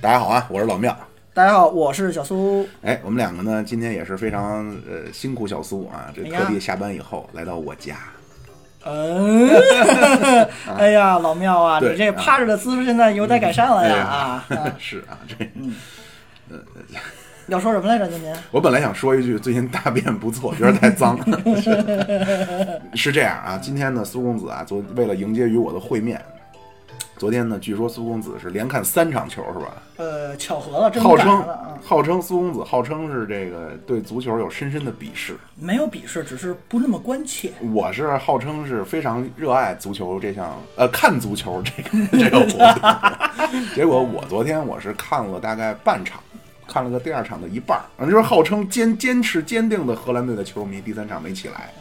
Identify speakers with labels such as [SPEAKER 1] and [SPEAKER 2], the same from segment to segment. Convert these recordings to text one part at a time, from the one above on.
[SPEAKER 1] 大家好啊，我是老庙。
[SPEAKER 2] 大家好，我是小苏。
[SPEAKER 1] 哎，我们两个呢，今天也是非常呃辛苦小苏啊，这
[SPEAKER 2] 哎呀
[SPEAKER 1] 特地下班以后来到我家。
[SPEAKER 2] 嗯，哎呀，老庙啊，
[SPEAKER 1] 对
[SPEAKER 2] 你这趴着的姿势现在有待改善了呀啊！啊
[SPEAKER 1] 哎 是啊，这
[SPEAKER 2] 要说什么来着？今天
[SPEAKER 1] 我本来想说一句，最近大便不错，觉得太脏 了。是是这样啊，今天呢，苏公子啊，昨为了迎接与我的会面，昨天呢，据说苏公子是连看三场球，是吧？
[SPEAKER 2] 呃，巧合了，真
[SPEAKER 1] 号
[SPEAKER 2] 赶上
[SPEAKER 1] 称
[SPEAKER 2] 了啊！
[SPEAKER 1] 号称苏公子号称是这个对足球有深深的鄙视，
[SPEAKER 2] 没有鄙视，只是不那么关切。
[SPEAKER 1] 我是号称是非常热爱足球这项呃看足球这个这 个活动，结果我昨天我是看了大概半场。看了个第二场的一半儿，反正就是号称坚坚持坚定的荷兰队的球迷，第三场没起 来。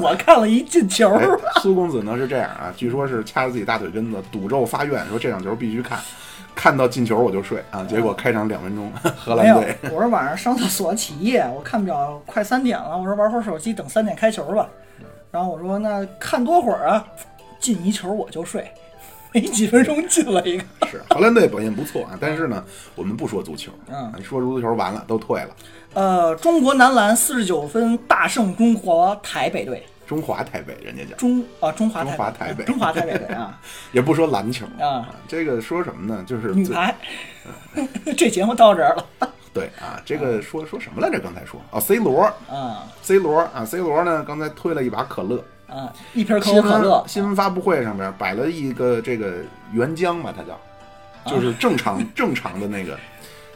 [SPEAKER 2] 我看了一进球，
[SPEAKER 1] 哎，苏公子呢是这样啊，据说是掐着自己大腿根子赌咒发愿，说这场球必须看，看到进球我就睡啊。结果开场两分钟，荷
[SPEAKER 2] 没
[SPEAKER 1] 兰
[SPEAKER 2] 有
[SPEAKER 1] 队，
[SPEAKER 2] 我是晚上上厕所起夜，我看表快三点了，我说玩会儿手机，等三点开球吧。然后我说那看多会儿啊，进一球我就睡，没几分钟进了一个。
[SPEAKER 1] 是荷兰队表现不错啊，但是呢，我们不说足球，
[SPEAKER 2] 嗯，
[SPEAKER 1] 说足球完了都退了。
[SPEAKER 2] 呃，中国男篮四十九分大胜中国台北队，
[SPEAKER 1] 中华台北人家讲
[SPEAKER 2] 中啊中华台
[SPEAKER 1] 中华台北
[SPEAKER 2] 中华台北队啊，
[SPEAKER 1] 也不说篮球
[SPEAKER 2] 啊，
[SPEAKER 1] 这个说什么呢？就是
[SPEAKER 2] 女
[SPEAKER 1] 最
[SPEAKER 2] 排。这节目到这儿了
[SPEAKER 1] 对啊，这个说说什么来着？刚才说啊，C 罗
[SPEAKER 2] 啊
[SPEAKER 1] ，C 罗啊，C 罗呢，刚才推了一把可乐，
[SPEAKER 2] 啊，一瓶可
[SPEAKER 1] 新
[SPEAKER 2] 口
[SPEAKER 1] 闻
[SPEAKER 2] 可乐，
[SPEAKER 1] 新闻发布会上边摆了一个这个原浆吧，它叫，
[SPEAKER 2] 啊
[SPEAKER 1] 就是正常正常的那个，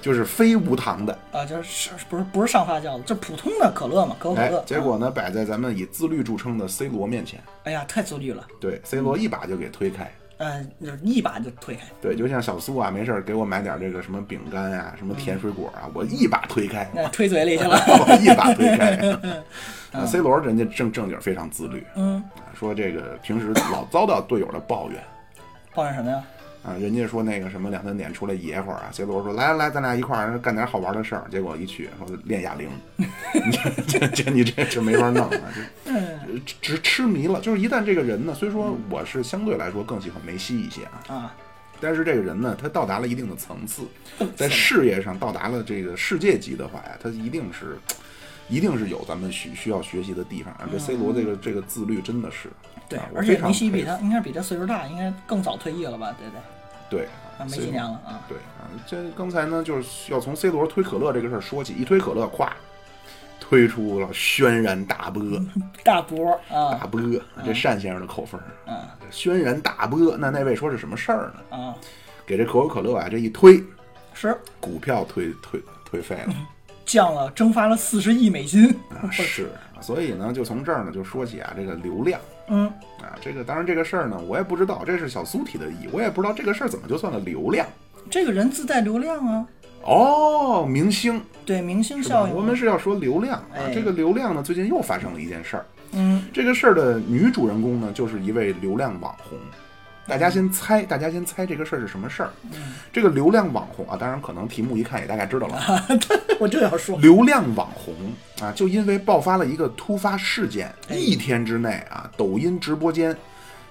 [SPEAKER 1] 就是非无糖的。
[SPEAKER 2] 啊，就是不是不是上发酵的，就普通的可乐啊嘛，可口可
[SPEAKER 1] 哎
[SPEAKER 2] 乐。，
[SPEAKER 1] 结果呢，摆在咱们以自律著称的 C 罗面前，
[SPEAKER 2] 哎呀，太自律了，
[SPEAKER 1] 对 C 罗一把就给推开。
[SPEAKER 2] 嗯，就是一把就推开。
[SPEAKER 1] 对，就像小苏啊，没事儿给我买点这个什么饼干啊，什么甜水果啊，我一把推开，
[SPEAKER 2] 那推嘴里去了。
[SPEAKER 1] 我一把推开。啊，C 罗人家正正经非常自律，
[SPEAKER 2] 嗯
[SPEAKER 1] 啊说这个平时老遭到队友的抱怨
[SPEAKER 2] 抱怨什么呀？
[SPEAKER 1] 啊，人家说那个什么两三点出来野会儿啊，C 罗说来来来，咱俩一块儿干点好玩的事儿，结果一去说练哑铃， 你这这这你这这没法弄啊，这只痴迷了。就是一旦这个人呢，虽说我是相对来说更喜欢梅西一些啊，
[SPEAKER 2] 啊，
[SPEAKER 1] 但是这个人呢，他到达了一定的层次，在事业上到达了这个世界级的话呀，他一定是，一定是有咱们需需要学习的地方啊。这 C 罗这个这个自律真的是，
[SPEAKER 2] 嗯对
[SPEAKER 1] 啊，我
[SPEAKER 2] 而
[SPEAKER 1] 非
[SPEAKER 2] 且
[SPEAKER 1] 常
[SPEAKER 2] 梅西
[SPEAKER 1] 佩
[SPEAKER 2] 比
[SPEAKER 1] 服
[SPEAKER 2] 他应该比他岁数大，应该更早退役了吧？对对，
[SPEAKER 1] 对
[SPEAKER 2] 啊，
[SPEAKER 1] 啊
[SPEAKER 2] 没
[SPEAKER 1] ，C
[SPEAKER 2] 几年
[SPEAKER 1] 罗
[SPEAKER 2] 了啊。
[SPEAKER 1] 对啊，这刚才呢就是要从 C 罗推可乐这个事儿说起，一推可乐，咵，推出了轩然大波，
[SPEAKER 2] 大波儿
[SPEAKER 1] 大
[SPEAKER 2] 啊
[SPEAKER 1] 波，这单先生的口风儿，
[SPEAKER 2] 啊
[SPEAKER 1] 轩然大波，那那位说是什么事儿呢？
[SPEAKER 2] 啊，
[SPEAKER 1] 给这可口可乐啊这一推，
[SPEAKER 2] 是
[SPEAKER 1] 股票推推推废了。
[SPEAKER 2] 降了，蒸发了四十亿美金。
[SPEAKER 1] 啊，是，所以呢，就从这儿呢就说起啊，这个流量
[SPEAKER 2] 嗯，
[SPEAKER 1] 啊，这个当然这个事儿呢，我也不知道，这是小苏提的意，我也不知道这个事儿怎么就算了流量
[SPEAKER 2] 这个人自带流量啊，
[SPEAKER 1] 哦，明星
[SPEAKER 2] 对明星
[SPEAKER 1] 是吧
[SPEAKER 2] 效应。啊
[SPEAKER 1] 我们是要说流量啊，
[SPEAKER 2] 哎
[SPEAKER 1] 这个流量呢，最近又发生了一件事儿，
[SPEAKER 2] 嗯
[SPEAKER 1] 这个事儿的女主人公呢，就是一位流量网红。大家先猜，大家先猜这个事儿是什么事儿？这个流量网红啊，当然可能题目一看也大概知道了。
[SPEAKER 2] 我正要说，
[SPEAKER 1] 流量网红啊，就因为爆发了一个突发事件，
[SPEAKER 2] 哎
[SPEAKER 1] 一天之内啊，抖音直播间，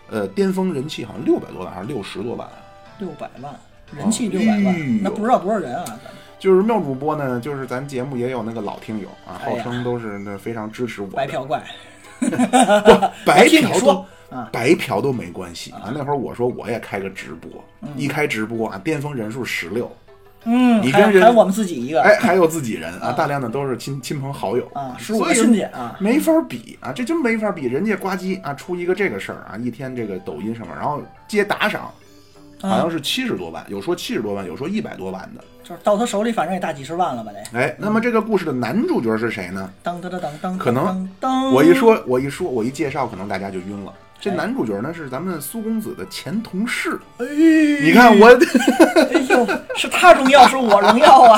[SPEAKER 1] 呃，巅峰人气好像六百多万还是六十多万啊，
[SPEAKER 2] 六百万人气
[SPEAKER 1] 哦
[SPEAKER 2] 六百
[SPEAKER 1] 哎呦
[SPEAKER 2] 万，那不知道多少人啊？咱们
[SPEAKER 1] 就是妙主播呢，就是咱节目也有那个老听友啊，
[SPEAKER 2] 哎
[SPEAKER 1] 号
[SPEAKER 2] 呀
[SPEAKER 1] 称都是那非常支持我的
[SPEAKER 2] 白嫖怪，
[SPEAKER 1] 白
[SPEAKER 2] 听你
[SPEAKER 1] 嫖都
[SPEAKER 2] 说啊
[SPEAKER 1] 白嫖都没关系啊。那会儿我说我也开个直播，一开直播啊，巅峰人数十六，
[SPEAKER 2] 嗯，
[SPEAKER 1] 你
[SPEAKER 2] 还有
[SPEAKER 1] 跟人
[SPEAKER 2] 还有我们自己一个，
[SPEAKER 1] 哎，还有自己人啊，大量的都是亲亲朋好友
[SPEAKER 2] 啊15
[SPEAKER 1] 所以
[SPEAKER 2] 个亲戚啊
[SPEAKER 1] 没法比啊，这真没法比。人家呱唧啊，出一个这个事儿啊，一天这个抖音上面，然后接打赏，好像是七十多万，有说七十多万，有说一百多万的。
[SPEAKER 2] 就是到他手里反正也大几十万了吧得。
[SPEAKER 1] 哎，那么这个故事的男主角是谁呢？
[SPEAKER 2] 当当当当当，
[SPEAKER 1] 可能
[SPEAKER 2] 当当，
[SPEAKER 1] 我一说，我一说，我一介绍，可能大家就晕了。这
[SPEAKER 2] 嗯哎
[SPEAKER 1] 男主角呢是咱们苏公子的前同事，
[SPEAKER 2] 哎，
[SPEAKER 1] 你
[SPEAKER 2] 你
[SPEAKER 1] 看我
[SPEAKER 2] 哎呦，是他荣耀，是我荣耀 啊！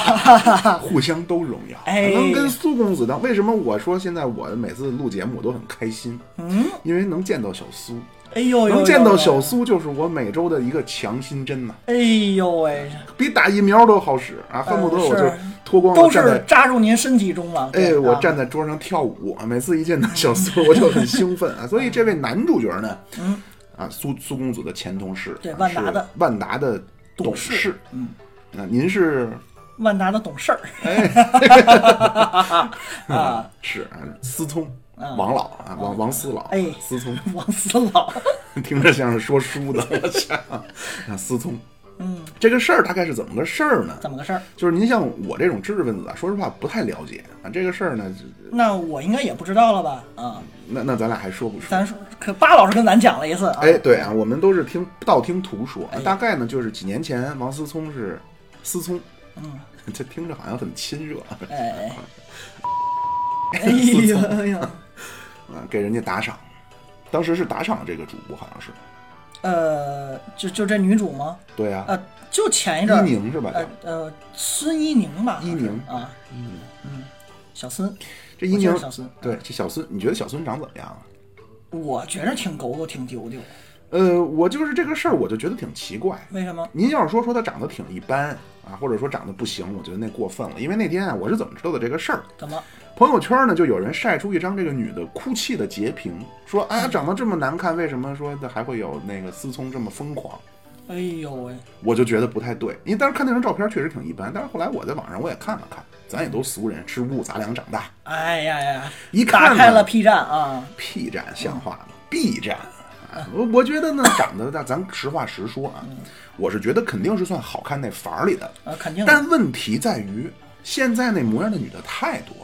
[SPEAKER 1] 互相都荣耀，
[SPEAKER 2] 哎
[SPEAKER 1] 能跟苏公子当。为什么我说现在我每次录节目我都很开心？
[SPEAKER 2] 嗯，
[SPEAKER 1] 因为能见到小苏，
[SPEAKER 2] 哎呦，
[SPEAKER 1] 能见到小
[SPEAKER 2] 苏，
[SPEAKER 1] 苏就是我每周的一个强心针呐、
[SPEAKER 2] 哎呦喂，
[SPEAKER 1] 比打疫苗都好使啊！恨不得我就是脱光
[SPEAKER 2] 哎都
[SPEAKER 1] 了站
[SPEAKER 2] 是
[SPEAKER 1] 在，
[SPEAKER 2] 扎入您身体中了。
[SPEAKER 1] 哎，
[SPEAKER 2] 对
[SPEAKER 1] 我
[SPEAKER 2] 啊
[SPEAKER 1] 站在 桌上跳舞啊！每次一见到小苏，我就很兴奋啊！所以这位男主角呢，
[SPEAKER 2] 嗯
[SPEAKER 1] 啊，苏苏公子的前同事，
[SPEAKER 2] 对
[SPEAKER 1] 啊
[SPEAKER 2] 万达的
[SPEAKER 1] 是万达的董
[SPEAKER 2] 董
[SPEAKER 1] 事
[SPEAKER 2] 事，嗯，
[SPEAKER 1] 啊，您是
[SPEAKER 2] 万达的懂事儿，
[SPEAKER 1] 哎
[SPEAKER 2] 啊，
[SPEAKER 1] 是啊，思聪，
[SPEAKER 2] 啊
[SPEAKER 1] 王老啊，王王思老，
[SPEAKER 2] 哎
[SPEAKER 1] 思聪，
[SPEAKER 2] 王四老，
[SPEAKER 1] 听着像是说书的， 我操， 啊，思聪，嗯，这个事儿大概是怎么个事儿呢？
[SPEAKER 2] 怎么个事儿？
[SPEAKER 1] 就是您像我这种知识分子啊，说实话不太了解啊，这个事儿呢，就
[SPEAKER 2] 那我应该也不知道了吧？啊，
[SPEAKER 1] 那那咱俩还说不说？
[SPEAKER 2] 咱说，可巴老师跟咱讲了一次啊，
[SPEAKER 1] 哎，对啊，我们都是听道听途说
[SPEAKER 2] 哎，
[SPEAKER 1] 大概呢就是几年前王思聪是思聪，
[SPEAKER 2] 嗯，
[SPEAKER 1] 这听着好像很亲热啊，
[SPEAKER 2] 哎，哎呀 哎呀，
[SPEAKER 1] 啊给人家打赏，当时是打赏这个主播好像是，
[SPEAKER 2] 呃，就就这女主吗？
[SPEAKER 1] 对啊，
[SPEAKER 2] 呃，就前一阵
[SPEAKER 1] 伊
[SPEAKER 2] 儿，
[SPEAKER 1] 宁是吧？
[SPEAKER 2] 呃呃，孙一宁吧，
[SPEAKER 1] 伊宁
[SPEAKER 2] 啊，嗯，小孙，
[SPEAKER 1] 这伊
[SPEAKER 2] 我记
[SPEAKER 1] 宁
[SPEAKER 2] 得小孙，
[SPEAKER 1] 对这小孙，你觉得小孙长怎么样啊？
[SPEAKER 2] 我觉着挺狗狗，挺丢丢，
[SPEAKER 1] 呃，我就是这个事儿，我就觉得挺奇怪。
[SPEAKER 2] 为什么？
[SPEAKER 1] 您要是说说他长得挺一般啊，或者说长得不行，我觉得那过分了。因为那天啊，我是怎么知道的这个事儿？
[SPEAKER 2] 怎么？
[SPEAKER 1] 朋友圈呢，就有人晒出一张这个女的哭泣的截屏，说啊，长得这么难看，为什么说的还会有那个思聪这么疯狂？
[SPEAKER 2] 哎呦喂，
[SPEAKER 1] 我就觉得不太对，因为当时看那张照片确实挺一般，但是后来我在网上我也看了看，咱也都俗人，吃五谷杂粮长大，
[SPEAKER 2] 哎呀呀，
[SPEAKER 1] 一看
[SPEAKER 2] 打
[SPEAKER 1] 呢
[SPEAKER 2] 开了 P 站啊，
[SPEAKER 1] P 站像话吗？B 站，啊我我觉得呢，长得咱咱实话实说啊，我是觉得肯定是算好看那范儿里的，
[SPEAKER 2] 呃，肯定的，
[SPEAKER 1] 但问题在于现在那模样的女的太多了。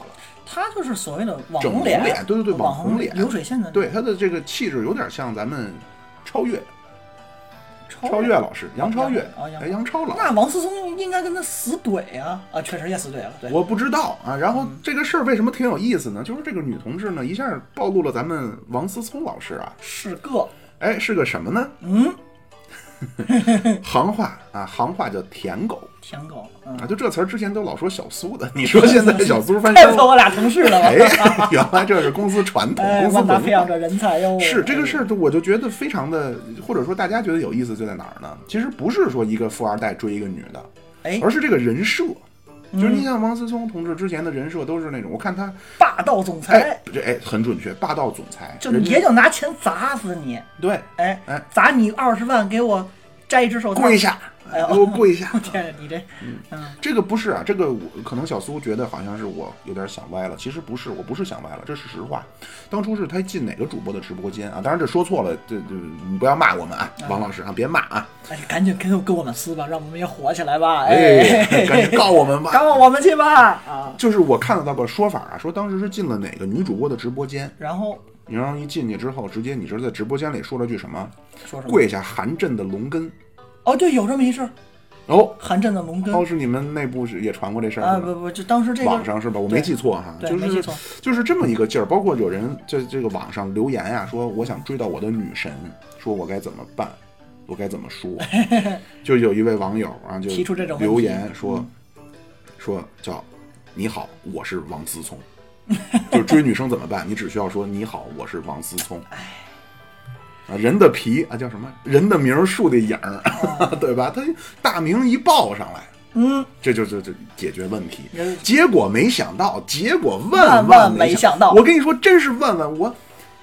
[SPEAKER 2] 他就是所谓的网
[SPEAKER 1] 整容
[SPEAKER 2] 红
[SPEAKER 1] 脸对对对
[SPEAKER 2] 网
[SPEAKER 1] 网红脸
[SPEAKER 2] 流水线的
[SPEAKER 1] 对她的这个气质有点像咱们超越超
[SPEAKER 2] 超
[SPEAKER 1] 越。老师杨超越
[SPEAKER 2] 啊杨
[SPEAKER 1] 哎杨超老，
[SPEAKER 2] 那王思聪应该跟他死怼啊！啊，确实也死怼了，对，
[SPEAKER 1] 我不知道啊。然
[SPEAKER 2] 嗯
[SPEAKER 1] 后这个事儿为什么挺有意思呢？就是这个女同志呢，一下暴露了咱们王思聪老师啊，
[SPEAKER 2] 是个
[SPEAKER 1] 哎，是个什么呢？
[SPEAKER 2] 嗯，
[SPEAKER 1] 行话啊，行话叫舔狗
[SPEAKER 2] 舔狗，嗯
[SPEAKER 1] 啊，，就这词儿之前都老说小苏的，你说现在小苏翻身
[SPEAKER 2] 太，我俩同事了吧
[SPEAKER 1] 哎？，原来这是公司传统，
[SPEAKER 2] 哎，
[SPEAKER 1] 公司
[SPEAKER 2] 万达培养
[SPEAKER 1] 文化。
[SPEAKER 2] 着人才哟！
[SPEAKER 1] 是这个事儿，我就觉得非常的，或者说大家觉得有意思就在哪儿呢？其实不是说一个富二代追一个女的，
[SPEAKER 2] 哎嗯
[SPEAKER 1] 而是这个人设，就是你像王思聪同志之前的人设都是那种，我看他，
[SPEAKER 2] 霸道总
[SPEAKER 1] 哎
[SPEAKER 2] 裁，，
[SPEAKER 1] 这哎很准确，霸道总裁，
[SPEAKER 2] 就
[SPEAKER 1] 人家
[SPEAKER 2] 也就拿钱砸死你，
[SPEAKER 1] 对，
[SPEAKER 2] 哎
[SPEAKER 1] 哎，
[SPEAKER 2] 砸你二十万给我摘一只手套，
[SPEAKER 1] 跪！下，
[SPEAKER 2] 哎呦
[SPEAKER 1] 给我跪下。
[SPEAKER 2] 天啊呀，你这，嗯，
[SPEAKER 1] 这个不是啊，这个我可能小苏觉得好像是我有点想歪了，其实不是，我不是想歪了，这是实话。当初是他进哪个主播的直播间啊？当然这说错了，这这你不要骂我们啊，王老师啊，别骂啊，
[SPEAKER 2] 哎，赶紧跟跟我们撕吧，让我们也火起来吧！
[SPEAKER 1] 哎
[SPEAKER 2] 哎，，
[SPEAKER 1] 赶紧告我们吧。
[SPEAKER 2] 告我们去吧！啊，
[SPEAKER 1] 就是我看得到个说法啊，说当时是进了哪个女主播的直播间，
[SPEAKER 2] 然后
[SPEAKER 1] 你让一进去之后，直接你这是在直播间里说了句什么？
[SPEAKER 2] 说什么？
[SPEAKER 1] 跪下韩震的龙根。
[SPEAKER 2] 哦，对，有这么一事儿，
[SPEAKER 1] 哦，
[SPEAKER 2] 韩震的龙根
[SPEAKER 1] 当时你们内部是也传过这事
[SPEAKER 2] 啊，
[SPEAKER 1] 儿是
[SPEAKER 2] 不
[SPEAKER 1] 吧？
[SPEAKER 2] 不，就当时这
[SPEAKER 1] 网
[SPEAKER 2] 个
[SPEAKER 1] 上是吧？我没
[SPEAKER 2] 对
[SPEAKER 1] 记错哈，
[SPEAKER 2] 对
[SPEAKER 1] 就
[SPEAKER 2] 没记
[SPEAKER 1] 是
[SPEAKER 2] 错
[SPEAKER 1] 就是这么一个劲儿。包括有人在这个网上留言啊，说我想追到我的女神，说我该怎么办，我该怎么 说？就有一位网友啊，就
[SPEAKER 2] 提出这种问题嗯
[SPEAKER 1] 留言说说叫你好，我是王思聪。就是追女生怎么办？你只需要说你好，我是王思聪。啊，人的皮啊，叫什么？人的名儿，树的影儿， 对吧？他大名一报上来，
[SPEAKER 2] 哦嗯，
[SPEAKER 1] 这就就就解决问题
[SPEAKER 2] 人。
[SPEAKER 1] 结果没想到，结果万
[SPEAKER 2] 万
[SPEAKER 1] 万
[SPEAKER 2] 万没
[SPEAKER 1] 想
[SPEAKER 2] 想到
[SPEAKER 1] 我跟你说，真是万万我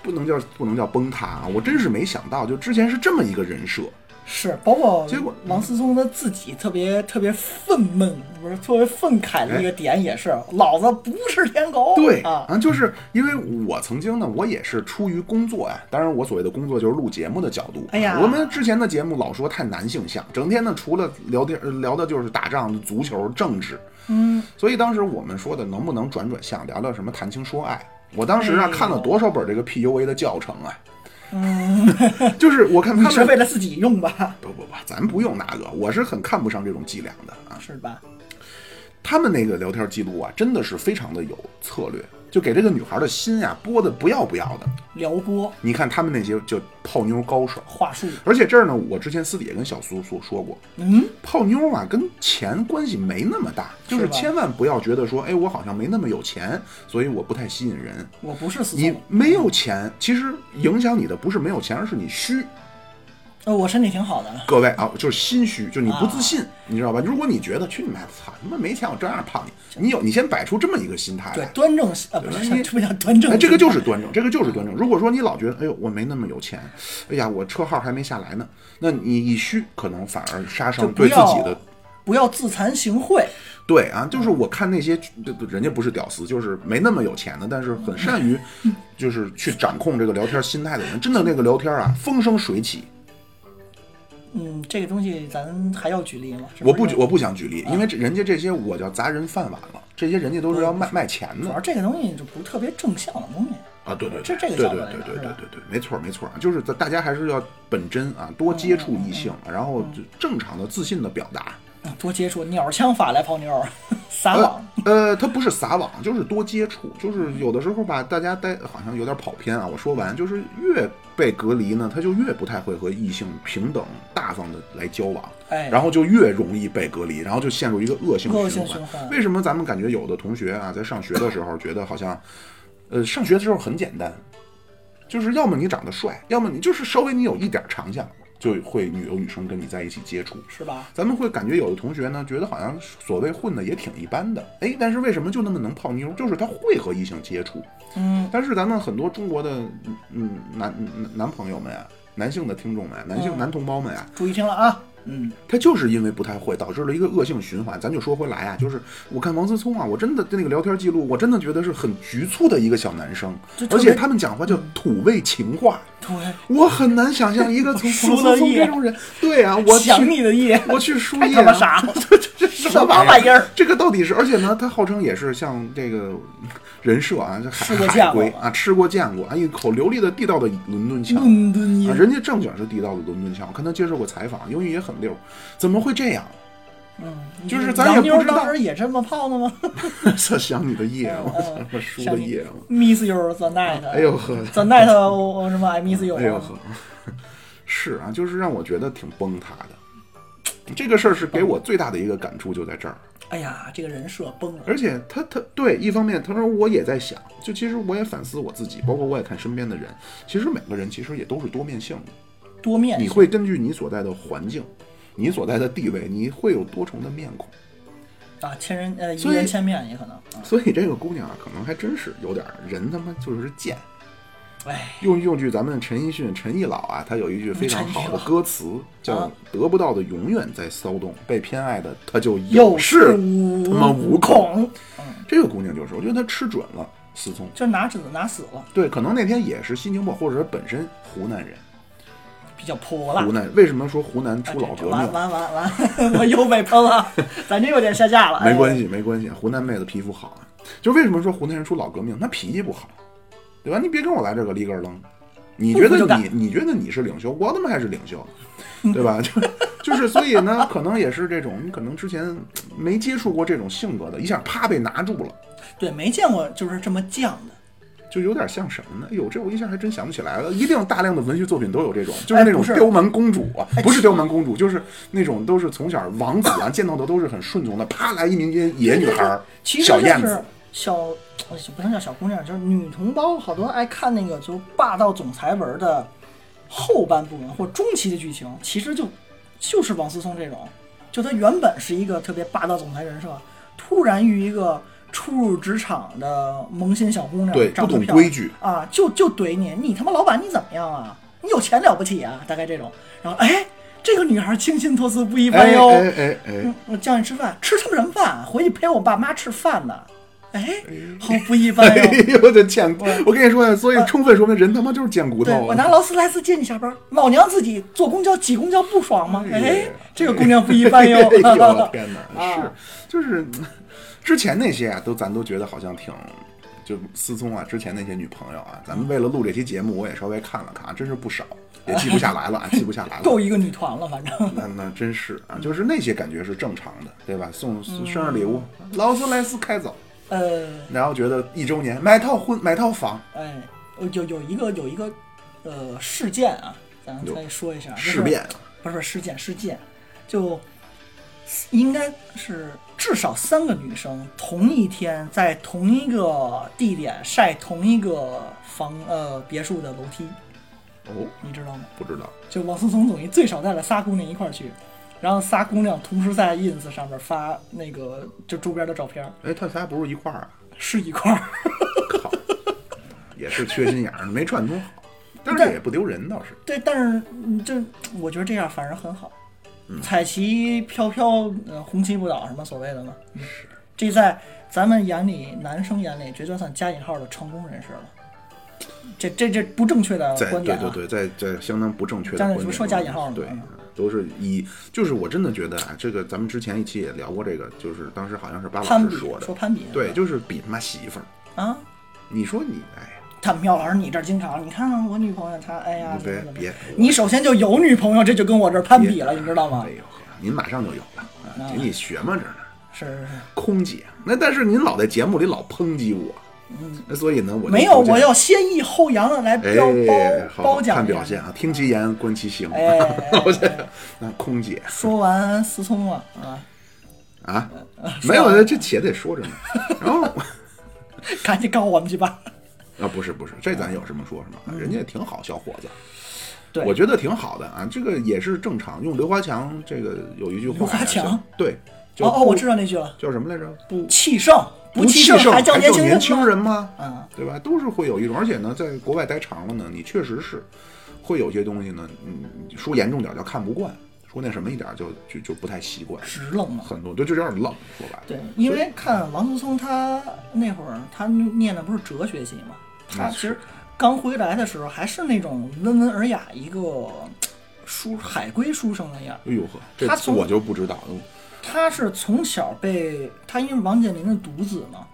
[SPEAKER 1] 不能叫不能叫崩塌啊！我真是没想到，就之前是这么一个人设。
[SPEAKER 2] 是包括
[SPEAKER 1] 结果嗯
[SPEAKER 2] 王思聪他自己特别特别愤懑，不是特别愤慨的一个点也是，老子不是舔狗，
[SPEAKER 1] 哎对
[SPEAKER 2] 啊，
[SPEAKER 1] 就是因为我曾经呢，我也是出于工作呀、当然我所谓的工作就是录节目的角度。
[SPEAKER 2] 哎呀
[SPEAKER 1] 我们之前的节目老说太男性向，整天呢除了聊天呃聊的就是打仗、足球、政治。
[SPEAKER 2] 嗯，
[SPEAKER 1] 所以当时我们说的能不能转转向，聊聊什么谈情说爱？我当时啊、
[SPEAKER 2] 哎呦
[SPEAKER 1] 看了多少本这个 PUA 的教程啊！嗯， 就是我看
[SPEAKER 2] 你
[SPEAKER 1] 他
[SPEAKER 2] 是
[SPEAKER 1] 们
[SPEAKER 2] 为了自己用吧，
[SPEAKER 1] 不不不，咱不用那个，我是很看不上这种伎俩的啊。
[SPEAKER 2] 是吧？
[SPEAKER 1] 他们那个聊天记录啊，真的是非常的有策略，就给这个女孩的心呀、拨的不要不要的。
[SPEAKER 2] 撩拨
[SPEAKER 1] 你看他们那些就泡妞高手，
[SPEAKER 2] 话术，
[SPEAKER 1] 而且这儿呢，我之前私底下跟小苏所说过，
[SPEAKER 2] 嗯，
[SPEAKER 1] 泡妞啊，跟钱关系没那么大，就是是
[SPEAKER 2] 吧
[SPEAKER 1] 千万不要觉得说，哎，我好像没那么有钱，所以我不太吸引人。
[SPEAKER 2] 我不是思
[SPEAKER 1] 你
[SPEAKER 2] 聪，
[SPEAKER 1] 没有钱，其实影响你的不是没有钱，而是你虚。
[SPEAKER 2] 呃，我身体挺好的，
[SPEAKER 1] 各位啊，就是心虚，就你不自
[SPEAKER 2] 啊
[SPEAKER 1] 信，你知道吧？如果你觉得去你妈操，他妈没钱，我照样胖你，你有你先摆出这么一个心态
[SPEAKER 2] 对，
[SPEAKER 1] 来，
[SPEAKER 2] 端正呃不
[SPEAKER 1] 因为
[SPEAKER 2] 是，这不叫端正
[SPEAKER 1] 哎，
[SPEAKER 2] 心，
[SPEAKER 1] 这个就是端正，这个就是端正。如果说你老觉得，哎呦，我没那么有钱，哎呀，我车号还没下来呢，那你一虚，可能反而杀
[SPEAKER 2] 就
[SPEAKER 1] 伤
[SPEAKER 2] 不
[SPEAKER 1] 对自
[SPEAKER 2] 要
[SPEAKER 1] 己的。
[SPEAKER 2] 不要自惭形秽，
[SPEAKER 1] 对啊，就是我看那些这这人家不是屌丝，就是没那么有钱的，但是很善 于就是去掌控这个聊天心态的人，真的那个聊天啊，风生水起。
[SPEAKER 2] 嗯，这个东西咱还要举例吗？是
[SPEAKER 1] 我
[SPEAKER 2] 不
[SPEAKER 1] 不
[SPEAKER 2] 是啊
[SPEAKER 1] 举我不想举例，因为这人家这些我叫砸人饭碗了，这些人家都是要卖卖钱
[SPEAKER 2] 主
[SPEAKER 1] 的
[SPEAKER 2] 要这个东西就不特别正向的东西。
[SPEAKER 1] 啊！对对
[SPEAKER 2] 这这个
[SPEAKER 1] 对
[SPEAKER 2] 角度
[SPEAKER 1] 对
[SPEAKER 2] 来
[SPEAKER 1] 对
[SPEAKER 2] 讲
[SPEAKER 1] 对对
[SPEAKER 2] 是吧
[SPEAKER 1] 对对，没错没错，啊就是在大家还是要本真啊，
[SPEAKER 2] 嗯
[SPEAKER 1] 多接触异性，啊然后就正常的自信的表达。
[SPEAKER 2] 啊多接触鸟枪法来泡妞， 撒
[SPEAKER 1] 呃
[SPEAKER 2] 网。
[SPEAKER 1] 呃，他不是撒网，就是多接触，就是有的时候吧，大家待好像有点跑偏啊。我说完，就是越被隔离呢，他就越不太会和异性平等大方的来交往。
[SPEAKER 2] 哎，
[SPEAKER 1] 然后就越容易被隔离，然后就陷入一个恶性
[SPEAKER 2] 恶
[SPEAKER 1] 循
[SPEAKER 2] 性循环
[SPEAKER 1] 为什么咱们感觉有的同学啊，在上学的时候觉得好像，呃，上学的时候很简单，就是要么你长得帅，要么你就是稍微你有一点长项，就会女有女生跟你在一起接触。
[SPEAKER 2] 是吧？
[SPEAKER 1] 咱们会感觉有的同学呢，觉得好像所谓混的也挺一般的，哎，但是为什么就那么能泡妞？就是他会和异性接触，
[SPEAKER 2] 嗯，
[SPEAKER 1] 但是咱们很多中国的嗯嗯男男男朋友们啊，男性的听众们啊，男性
[SPEAKER 2] 嗯
[SPEAKER 1] 男同胞们啊，
[SPEAKER 2] 注意听了啊。嗯，
[SPEAKER 1] 他就是因为不太会，导致了一个恶性循环。咱就说回来啊，就是我看王思聪啊，我真的那个聊天记录，我真的觉得是很局促的一个小男生
[SPEAKER 2] 就，嗯特
[SPEAKER 1] 而
[SPEAKER 2] 别
[SPEAKER 1] 且他们讲话叫土味情话，
[SPEAKER 2] 对，
[SPEAKER 1] 我很难想象一个从
[SPEAKER 2] 输
[SPEAKER 1] 王
[SPEAKER 2] 了
[SPEAKER 1] 思聪这
[SPEAKER 2] 夜
[SPEAKER 1] 种人，对啊，我去
[SPEAKER 2] 想你的夜，
[SPEAKER 1] 我去输
[SPEAKER 2] 太
[SPEAKER 1] 液、
[SPEAKER 2] 他妈
[SPEAKER 1] 啊，
[SPEAKER 2] 傻了，
[SPEAKER 1] 这什
[SPEAKER 2] 什
[SPEAKER 1] 么
[SPEAKER 2] 么
[SPEAKER 1] 玩意啊
[SPEAKER 2] 玩意儿？
[SPEAKER 1] 这个到底是，而且呢，他号称也是像这个人设啊，这海
[SPEAKER 2] 吃过见过
[SPEAKER 1] 海归啊，吃过见过啊，一口流利的地道的伦敦腔，
[SPEAKER 2] 伦敦
[SPEAKER 1] 啊，
[SPEAKER 2] 夜。
[SPEAKER 1] 人家正经是地道的伦敦腔，我看他接受过采访，英语也很溜，怎么会这样？
[SPEAKER 2] 嗯，
[SPEAKER 1] 就是
[SPEAKER 2] 你
[SPEAKER 1] 咱也不
[SPEAKER 2] 洋妞
[SPEAKER 1] 知道
[SPEAKER 2] 当时也这么泡的吗
[SPEAKER 1] 这想你的夜，我
[SPEAKER 2] 嗯
[SPEAKER 1] 操，我输
[SPEAKER 2] 想
[SPEAKER 1] 的
[SPEAKER 2] 你嗯
[SPEAKER 1] 夜，我
[SPEAKER 2] ？Miss you the night。
[SPEAKER 1] 哎呦呵，
[SPEAKER 2] ，the night 我我什么 I miss you。
[SPEAKER 1] 哎呦呵，是啊，就是让我觉得挺崩塌的。这个事儿是给我最大的一个感触就在这儿，
[SPEAKER 2] 哎呀，这个人设崩了。
[SPEAKER 1] 而且他他对一方面，他说我也在想，就其实我也反思我自己，包括我也看身边的人，其实每个人其实也都是多面性的，
[SPEAKER 2] 多面
[SPEAKER 1] 你会根据你所在的环境，你所在的地位，你会有多重的面孔。
[SPEAKER 2] 啊，千人呃一
[SPEAKER 1] 所以
[SPEAKER 2] 人千面也可能。啊
[SPEAKER 1] 所以这个姑娘啊，可能还真是有点儿人他妈就是贱。
[SPEAKER 2] 哎，
[SPEAKER 1] 用用句咱们陈奕迅、陈奕老啊，他有一句非常好的歌词，叫
[SPEAKER 2] 啊
[SPEAKER 1] “得不到的永远在骚动，被偏爱的他就
[SPEAKER 2] 又
[SPEAKER 1] 是他妈
[SPEAKER 2] 无
[SPEAKER 1] 无孔
[SPEAKER 2] 孔，”。
[SPEAKER 1] 这个姑娘就是，我觉得她吃准了思聪。
[SPEAKER 2] 就拿纸拿死了，
[SPEAKER 1] 对，可能那天也是心情不好，或者是本身湖南人，
[SPEAKER 2] 比较泼辣
[SPEAKER 1] 湖。南为什么说湖南
[SPEAKER 2] 哎
[SPEAKER 1] 出老革
[SPEAKER 2] 完
[SPEAKER 1] 命？
[SPEAKER 2] 完完 完，我又被喷了，咱这有点下架了。哎
[SPEAKER 1] 没关
[SPEAKER 2] 系，
[SPEAKER 1] 系，没关系，湖南妹子皮肤好啊。就为什么说湖南人出老革命？他脾气不好，对吧？你别跟我来这个立根儿楞，你觉
[SPEAKER 2] 不服就
[SPEAKER 1] 得你
[SPEAKER 2] 干
[SPEAKER 1] 你觉得你是领袖，我他妈还是领袖，对吧？ 就就是所以呢，可能也是这种，你可能之前没接触过这种性格的，一下啪被拿住了，
[SPEAKER 2] 对，没见过就是这么犟的。
[SPEAKER 1] 就有点像什么呢？哎呦，这我一下还真想不起来了。一定大量的文学作品都有这种，就是那
[SPEAKER 2] 哎
[SPEAKER 1] 种
[SPEAKER 2] 不是
[SPEAKER 1] 刁蛮公主啊，
[SPEAKER 2] 哎
[SPEAKER 1] 不是刁蛮公主，就是那种都是从小王子啊见到的都是很顺从的，啪来一民间野女孩儿，
[SPEAKER 2] 其实
[SPEAKER 1] 小
[SPEAKER 2] 就
[SPEAKER 1] 燕
[SPEAKER 2] 是
[SPEAKER 1] 子。
[SPEAKER 2] 小，哎不能叫小姑娘，就是女同胞，好多爱看那个就是霸道总裁文的后半部分或中期的剧情，其实就就是王思聪这种，就他原本是一个特别霸道总裁人设，突然遇一个初入职场的萌新小姑娘，
[SPEAKER 1] 对
[SPEAKER 2] 长得
[SPEAKER 1] 不懂
[SPEAKER 2] 漂亮
[SPEAKER 1] 规矩
[SPEAKER 2] 啊，就就怼你，你他妈老板你怎么样啊？你有钱了不起啊？大概这种，然后哎，这个女孩清新脱俗不一般
[SPEAKER 1] 哎
[SPEAKER 2] 哟。
[SPEAKER 1] 哎哎哎
[SPEAKER 2] 嗯，我叫你吃饭，吃他妈什么饭？啊回去陪我爸妈吃饭呢。哎，好不一般
[SPEAKER 1] 哎
[SPEAKER 2] 哟、
[SPEAKER 1] 呦，我的贱骨！我跟你说呀，所以充分说明人他妈就是贱骨头
[SPEAKER 2] 对
[SPEAKER 1] 啊。
[SPEAKER 2] 我拿劳斯莱斯接你下班，老娘自己坐公交挤公交不爽吗？
[SPEAKER 1] 哎
[SPEAKER 2] 哎
[SPEAKER 1] 呀，
[SPEAKER 2] 这个姑娘不一般哟、
[SPEAKER 1] 哎呦，我的天哪！是
[SPEAKER 2] 啊，
[SPEAKER 1] 就是之前那些啊，都咱都觉得好像挺。就思聪啊，之前那些女朋友啊，咱们为了录这期节目，我也稍微看了看，真是不少，也记不下来了， 啊，记不下来了。
[SPEAKER 2] 够一个女团了，反正。
[SPEAKER 1] 那那真是啊，就是那些感觉是正常的，对吧？
[SPEAKER 2] 嗯
[SPEAKER 1] 送送生日礼物，劳斯莱斯开走，
[SPEAKER 2] 呃，
[SPEAKER 1] 然后觉得一周年买套婚买套房，
[SPEAKER 2] 哎，有有一个有一个呃事件啊，咱们
[SPEAKER 1] 有
[SPEAKER 2] 再说一下。就是
[SPEAKER 1] 事变啊，
[SPEAKER 2] 不是不是事件事件，就应该是至少三个女生同一天在同一个地点晒同一个房呃别墅的楼梯，
[SPEAKER 1] 哦，
[SPEAKER 2] 你知道吗？
[SPEAKER 1] 不知道，
[SPEAKER 2] 就王思聪等于最少带了仨姑娘一块儿去，然后仨姑娘同时在 ins 上面发那个就周边的照片儿，
[SPEAKER 1] 哎，他仨不是一块儿啊？
[SPEAKER 2] 是一块儿。
[SPEAKER 1] 靠，也是缺心眼 儿，没串通好，但是
[SPEAKER 2] 但
[SPEAKER 1] 也不丢人倒是。
[SPEAKER 2] 对，但是嗯就我觉得这样反而很好。
[SPEAKER 1] 嗯
[SPEAKER 2] 彩旗飘飘，呃，红旗不倒，什么所谓的嘛。嗯、这在咱们眼里，男生眼里，绝对算加引号的成功人士了。这这这不正确的
[SPEAKER 1] 在
[SPEAKER 2] 观
[SPEAKER 1] 对
[SPEAKER 2] 点啊！
[SPEAKER 1] 对对，在在相当不正确的
[SPEAKER 2] 加
[SPEAKER 1] 观
[SPEAKER 2] 引
[SPEAKER 1] 点中，
[SPEAKER 2] 说加引号呢
[SPEAKER 1] 对
[SPEAKER 2] 嗯，
[SPEAKER 1] 都是以就是我真的觉得啊，这个咱们之前一期也聊过这个，就是当时好像是巴
[SPEAKER 2] 攀
[SPEAKER 1] 老
[SPEAKER 2] 比
[SPEAKER 1] 师说的，
[SPEAKER 2] 说攀比
[SPEAKER 1] 对，就是比他妈媳妇儿，
[SPEAKER 2] 啊，
[SPEAKER 1] 你说你哎，
[SPEAKER 2] 他们妙老师，你这儿经常，你看看我女朋友，她哎呀，
[SPEAKER 1] 你
[SPEAKER 2] 怎么
[SPEAKER 1] 别
[SPEAKER 2] 怎么
[SPEAKER 1] 别
[SPEAKER 2] 样，你首先就有女朋友，这就跟我这儿攀
[SPEAKER 1] 别
[SPEAKER 2] 比了，你知道吗
[SPEAKER 1] 哎？呦呵，您马上就有了，啊给你学嘛着呢。
[SPEAKER 2] 是是是，
[SPEAKER 1] 空姐，那但是您老在节目里老抨击我，那所以呢，我就
[SPEAKER 2] 嗯没有，
[SPEAKER 1] 不这
[SPEAKER 2] 我要先抑后扬的来标
[SPEAKER 1] 哎，
[SPEAKER 2] 褒
[SPEAKER 1] 好
[SPEAKER 2] 褒
[SPEAKER 1] 好
[SPEAKER 2] 奖
[SPEAKER 1] 看
[SPEAKER 2] 一下
[SPEAKER 1] 表现啊，听其言观其行。
[SPEAKER 2] 哎哎
[SPEAKER 1] 我这那空姐
[SPEAKER 2] 说完思聪了啊，
[SPEAKER 1] 啊，
[SPEAKER 2] 呃
[SPEAKER 1] 没有，这且得说着呢。然后
[SPEAKER 2] 赶紧告我们去吧。
[SPEAKER 1] 啊，不是不是，这咱有什么说什么，人家挺好，小伙子。
[SPEAKER 2] 嗯对
[SPEAKER 1] 我觉得挺好的啊，这个也是正常。用刘华强这个有一句话呀，
[SPEAKER 2] 刘华强
[SPEAKER 1] 叫对，就
[SPEAKER 2] 哦哦，我知
[SPEAKER 1] 道
[SPEAKER 2] 道那句了，
[SPEAKER 1] 叫什么来着？不
[SPEAKER 2] 气盛不
[SPEAKER 1] 气
[SPEAKER 2] 盛
[SPEAKER 1] 还
[SPEAKER 2] 叫
[SPEAKER 1] 年
[SPEAKER 2] 轻
[SPEAKER 1] 轻
[SPEAKER 2] 人
[SPEAKER 1] 人吗？
[SPEAKER 2] 吗啊，
[SPEAKER 1] 对吧？都是会有一种，而且呢，在国外待长了呢，你确实是会有些东西呢，嗯，说严重点儿叫看不惯，说那什么一点儿就就就不太习惯，
[SPEAKER 2] 直愣嘛。
[SPEAKER 1] 很多对，就有点愣，说白了。
[SPEAKER 2] 对，因为看王思聪他那会儿他念的不是哲学系嘛，他
[SPEAKER 1] 那
[SPEAKER 2] 其
[SPEAKER 1] 是
[SPEAKER 2] 实刚回来的时候还是那种温文尔雅一个书海归书生那样。
[SPEAKER 1] 哎呦呵，这
[SPEAKER 2] 他从
[SPEAKER 1] 我就不知道了。
[SPEAKER 2] 他是从小被他因为王健林的独子嘛，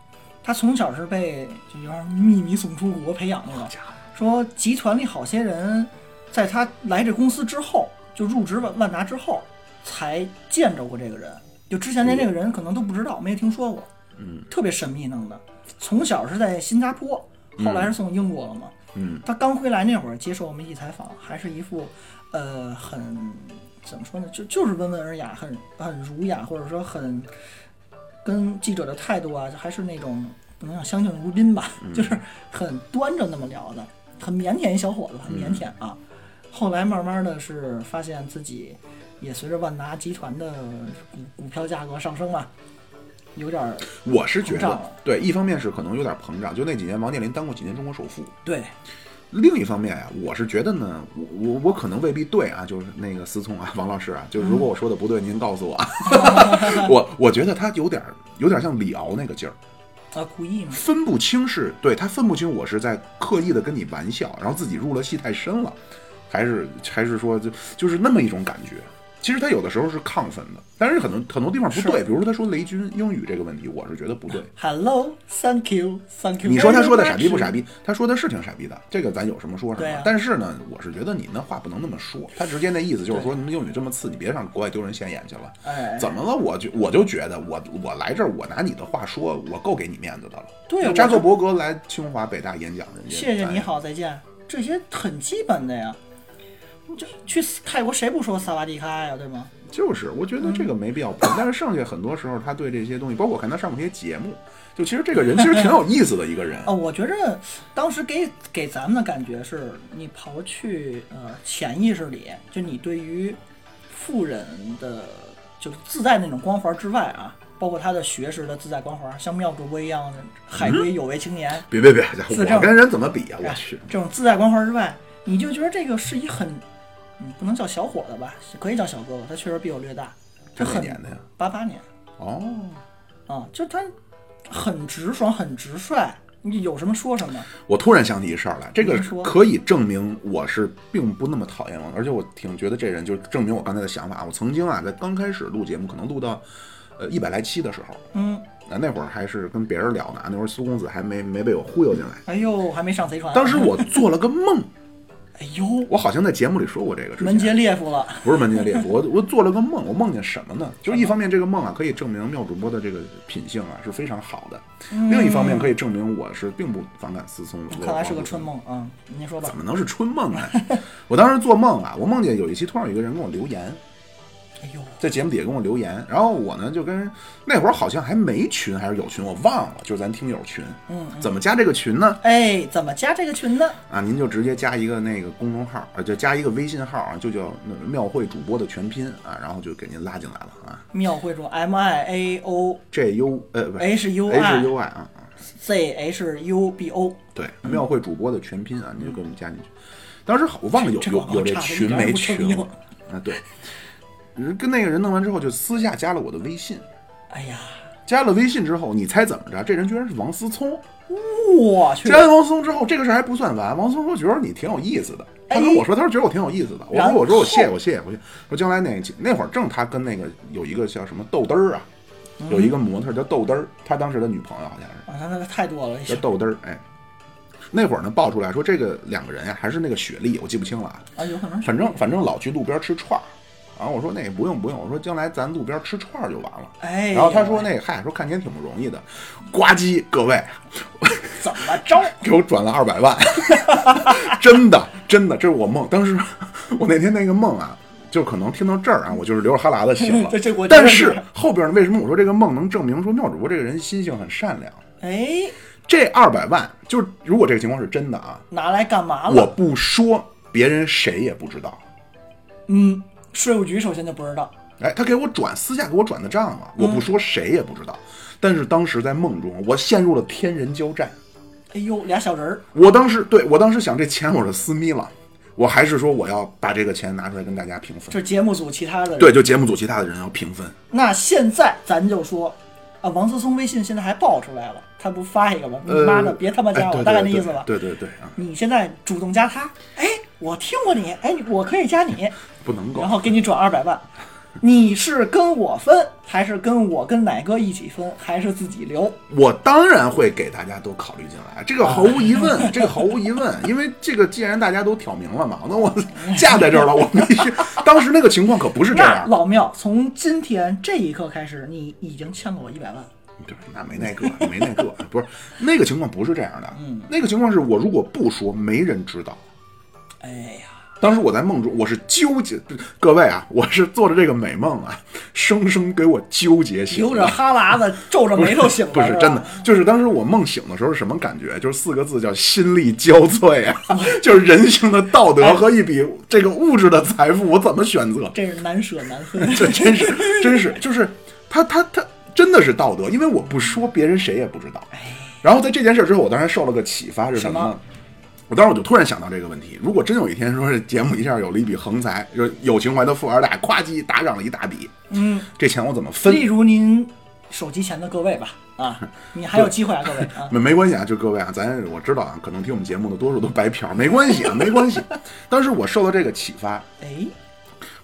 [SPEAKER 2] 他从小是被就有点秘密送出国培养的。
[SPEAKER 1] 家伙，
[SPEAKER 2] 说集团里好些人，在他来这公司之后，就入职万万达之后，才见着过这个人。就之前连这个人可能都不知道，没有听说过，
[SPEAKER 1] 嗯，
[SPEAKER 2] 特别神秘弄的。从小是在新加坡，后来是送英国了嘛。
[SPEAKER 1] 嗯，
[SPEAKER 2] 他刚回来那会儿接受我们一采访，还是一副，呃，很怎么说呢，就就是温文尔雅，很很儒雅，或者说很跟记者的态度啊，还是那种不能叫相敬如宾吧，
[SPEAKER 1] 嗯
[SPEAKER 2] 就是很端着那么聊的，很腼腆一小伙子，很
[SPEAKER 1] 嗯
[SPEAKER 2] 腼腆啊。后来慢慢的是发现自己也随着万达集团的股股票价格上升嘛，有点儿
[SPEAKER 1] 我是觉
[SPEAKER 2] 膨胀
[SPEAKER 1] 得
[SPEAKER 2] 了，
[SPEAKER 1] 对，一方面是可能有点膨胀，就那几年王健林当过几年中国首富，
[SPEAKER 2] 对
[SPEAKER 1] 另一方面呀、我是觉得呢，我我我可能未必对啊，就是那个思聪啊，王老师啊，就是如果我说的不对，您告诉我。啊。我我觉得他有点儿有点像李敖那个劲儿，
[SPEAKER 2] 啊，故意嘛，
[SPEAKER 1] 分不清是对他分不清我是在刻意的跟你玩笑，然后自己入了戏太深了，还是还是说就就是那么一种感觉。其实他有的时候是亢奋的，但是很多很多地方不对，比如说他说雷军英语这个问题，我是觉得不对。
[SPEAKER 2] Hello，Thank you，Thank you。
[SPEAKER 1] 你说他说的傻逼不傻？逼？他说的是挺傻逼的，这个咱有什么说什么。
[SPEAKER 2] 对啊
[SPEAKER 1] 但是呢，我是觉得你那话不能那么说。他直接那意思就是说，你们英语这么次，你别上国外丢人现眼去了。
[SPEAKER 2] 哎，
[SPEAKER 1] 怎么了？我就我就觉得我我来这儿，我拿你的话说，我够给你面子的了。
[SPEAKER 2] 对
[SPEAKER 1] 那
[SPEAKER 2] 我
[SPEAKER 1] 扎克
[SPEAKER 2] 就
[SPEAKER 1] 伯格来清华北大演讲，人家
[SPEAKER 2] 谢谢你
[SPEAKER 1] 哎
[SPEAKER 2] 好，再见，这些很基本的呀。就去泰国谁不说萨瓦迪卡呀，对吗？。
[SPEAKER 1] 就是，我觉得这个没必要喷，但是剩下很多时候，他对这些东西，包括我看他上过这些节目，就其实这个人其实挺有意思的一个人
[SPEAKER 2] 哦，我觉着当时给给咱们的感觉是，你刨去呃潜意识里，就你对于富人的就自带那种光环之外啊，包括他的学识的自带光环，像妙主播一样的海归有为青年，
[SPEAKER 1] 别别别，
[SPEAKER 2] 自哎证
[SPEAKER 1] 我跟人怎么比啊？我去，
[SPEAKER 2] 这种自带光环之外，你就觉得这个是一很，嗯，不能叫小伙子吧，可以叫小哥哥，他确实比我略大，
[SPEAKER 1] 这
[SPEAKER 2] 他
[SPEAKER 1] 哪
[SPEAKER 2] 很
[SPEAKER 1] 年的呀？
[SPEAKER 2] 八八年
[SPEAKER 1] 哦，
[SPEAKER 2] 啊，就他很直爽，很直率，你有什么说什么。
[SPEAKER 1] 我突然想起一事儿来，这个
[SPEAKER 2] 您说
[SPEAKER 1] 可以证明我是并不那么讨厌王，而且我挺觉得这人就是证明我刚才的想法啊。我曾经啊，在刚开始录节目，可能录到呃一百来期的时候，呃
[SPEAKER 2] 嗯，
[SPEAKER 1] 那那会儿还是跟别人聊呢，那会儿苏公子还没没被我忽悠进来。
[SPEAKER 2] 哎呦，还没上贼船。
[SPEAKER 1] 当时，我做了个梦，
[SPEAKER 2] 哎呦，
[SPEAKER 1] 我好像在节目里说过这个之前，
[SPEAKER 2] 门捷列夫了，
[SPEAKER 1] 不是门捷列 夫，我我做了个梦，我梦见什么呢？就是一方面这个梦啊，可以证明妙主播的这个品性啊是非常好的，另一方面可以证明我是并不反感思聪的。
[SPEAKER 2] 看来是个春梦啊。您说吧
[SPEAKER 1] 啊怎，么能是春梦呢？我当时做梦啊，我梦见有一期突然有一个人跟我留言，
[SPEAKER 2] 哎呦，
[SPEAKER 1] 在节目底下跟我留言，然后我呢就跟那会儿好像还没群还是有群，我忘了，就是咱听友群，嗯，怎么加这个群呢？
[SPEAKER 2] 哎，怎么加这个群呢？
[SPEAKER 1] 啊，您就直接加一个那个公众号，呃，就加一个微信号啊，就叫那庙会主播的全拼啊，然后就给您拉进来了啊
[SPEAKER 2] 庙会主 M I A O
[SPEAKER 1] ，J U 呃不
[SPEAKER 2] H U I
[SPEAKER 1] H U I 啊啊，
[SPEAKER 2] Z H U B O，
[SPEAKER 1] 对，庙会主播的全拼啊，您就给我们加进去。当时好，我忘了有
[SPEAKER 2] 这
[SPEAKER 1] 有有这
[SPEAKER 2] 这
[SPEAKER 1] 群
[SPEAKER 2] 广告差得一点儿
[SPEAKER 1] 没
[SPEAKER 2] 不成
[SPEAKER 1] 群
[SPEAKER 2] 样
[SPEAKER 1] 了啊，对，嗯跟那个人弄完之后就私下加了我的微信。
[SPEAKER 2] 哎呀，
[SPEAKER 1] 加了微信之后，你猜怎么着？这人居然是王思聪。
[SPEAKER 2] 我去
[SPEAKER 1] 加，完王思聪之后，这个事儿还不算完。王思聪说觉得你挺有意思的，他跟我说，他说觉得我挺有意思的。我
[SPEAKER 2] 哎然
[SPEAKER 1] 说
[SPEAKER 2] 后
[SPEAKER 1] 我说我谢我谢我谢。说将来那那会儿正他跟那个有一个叫什么豆嘚儿啊，
[SPEAKER 2] 嗯
[SPEAKER 1] 有一个模特叫豆嘚儿，他当时的女朋友好像是
[SPEAKER 2] 啊，那那太多了，
[SPEAKER 1] 叫豆嘚儿。哎，那会儿呢爆出来说这个两个人呀、还是那个雪莉，我记不清了啊。
[SPEAKER 2] 啊，有可能是
[SPEAKER 1] 反正反正老去路边吃串儿，然后我说那不用不用，我说将来咱路边吃串儿就完了。
[SPEAKER 2] 哎呀，
[SPEAKER 1] 然后他说那嗨，说看起来挺不容易的，呱唧，各位
[SPEAKER 2] 怎么着？
[SPEAKER 1] 给我转了二百万， 真的真的，这是我梦。当时我那天那个梦啊，就可能听到这儿啊，我就是流着哈喇子醒了
[SPEAKER 2] 对这我。
[SPEAKER 1] 但
[SPEAKER 2] 真
[SPEAKER 1] 是
[SPEAKER 2] 的是
[SPEAKER 1] 后边呢为什么我说这个梦能证明说妙主播这个人心性很善良？
[SPEAKER 2] 哎，
[SPEAKER 1] 这二百万，就是如果这个情况是真的啊，
[SPEAKER 2] 拿来干嘛
[SPEAKER 1] 我
[SPEAKER 2] 了？
[SPEAKER 1] 不说，别人谁也不知道。
[SPEAKER 2] 嗯，税务局首先就不知道，
[SPEAKER 1] 哎，他给我转私下给我转的账啊，
[SPEAKER 2] 嗯
[SPEAKER 1] 我不说谁也不知道。但是当时在梦中，我陷入了天人交战。
[SPEAKER 2] 哎呦，俩小人儿，
[SPEAKER 1] 我当时对我当时想，这钱我是私密了，我还是说我要把这个钱拿出来跟大家平分。
[SPEAKER 2] 就节目组其他的人。
[SPEAKER 1] 对，，就节目组其他的人要平分。
[SPEAKER 2] 那现在咱就说，啊，王思聪微信现在还爆出来了，他不发一个吗？你
[SPEAKER 1] 呃
[SPEAKER 2] 妈的，别他妈加
[SPEAKER 1] 哎
[SPEAKER 2] 我，
[SPEAKER 1] 对
[SPEAKER 2] 大概那
[SPEAKER 1] 对
[SPEAKER 2] 意
[SPEAKER 1] 对
[SPEAKER 2] 思吧。
[SPEAKER 1] 对对对啊，
[SPEAKER 2] 你现在主动加他，哎，我听过你，哎，我可以加你，
[SPEAKER 1] 不能够
[SPEAKER 2] 然。后给你转二百万。你是跟我分，还是跟我跟奶哥一起分，还是自己留？
[SPEAKER 1] 我当然会给大家都考虑进来，这个毫无疑
[SPEAKER 2] 嗯
[SPEAKER 1] 问，这个毫无疑问，因为这个既然大家都挑明了嘛，那我架在这儿了，我必须。当时那个情况可不是这
[SPEAKER 2] 那
[SPEAKER 1] 样，
[SPEAKER 2] 老庙，从今天这一刻开始，你已经欠了我一百万。
[SPEAKER 1] 对，那没那个，没那个，不是那个情况不是这样的，
[SPEAKER 2] 嗯
[SPEAKER 1] 那个情况是我如果不说，没人知道。
[SPEAKER 2] 哎呀，
[SPEAKER 1] 当时我在梦中，我是纠结，各位啊，我是做着这个美梦啊，生生给我纠结醒
[SPEAKER 2] 流着
[SPEAKER 1] 了。
[SPEAKER 2] 哈喇子，皱着眉头醒了，
[SPEAKER 1] 不是
[SPEAKER 2] 吧
[SPEAKER 1] 真的，就是当时我梦醒的时候是什么感觉？就是四个字叫心力交瘁啊， 就是人性的道德和一笔这个物质的财富，我怎么选择？
[SPEAKER 2] 这是难舍难分。
[SPEAKER 1] 这真是真是，就是他他他真的是道德，因为我不说，别人谁也不知道。然后在这件事之后，我当然受了个启发是什么
[SPEAKER 2] 哎什
[SPEAKER 1] 呢
[SPEAKER 2] 么？
[SPEAKER 1] 我当时我就突然想到这个问题：如果真有一天说是节目一下有了一笔横财，就是有情怀的富二代夸叽打赏了一大笔，
[SPEAKER 2] 嗯，
[SPEAKER 1] 这钱我怎么分
[SPEAKER 2] 例？如您手机前的各位吧，啊，你还有机会啊，各位啊。
[SPEAKER 1] 没没关系啊，就各位啊，咱我知道啊，可能听我们节目的多数都白嫖，没关系啊，没关系。当时我受到这个启发，
[SPEAKER 2] 哎，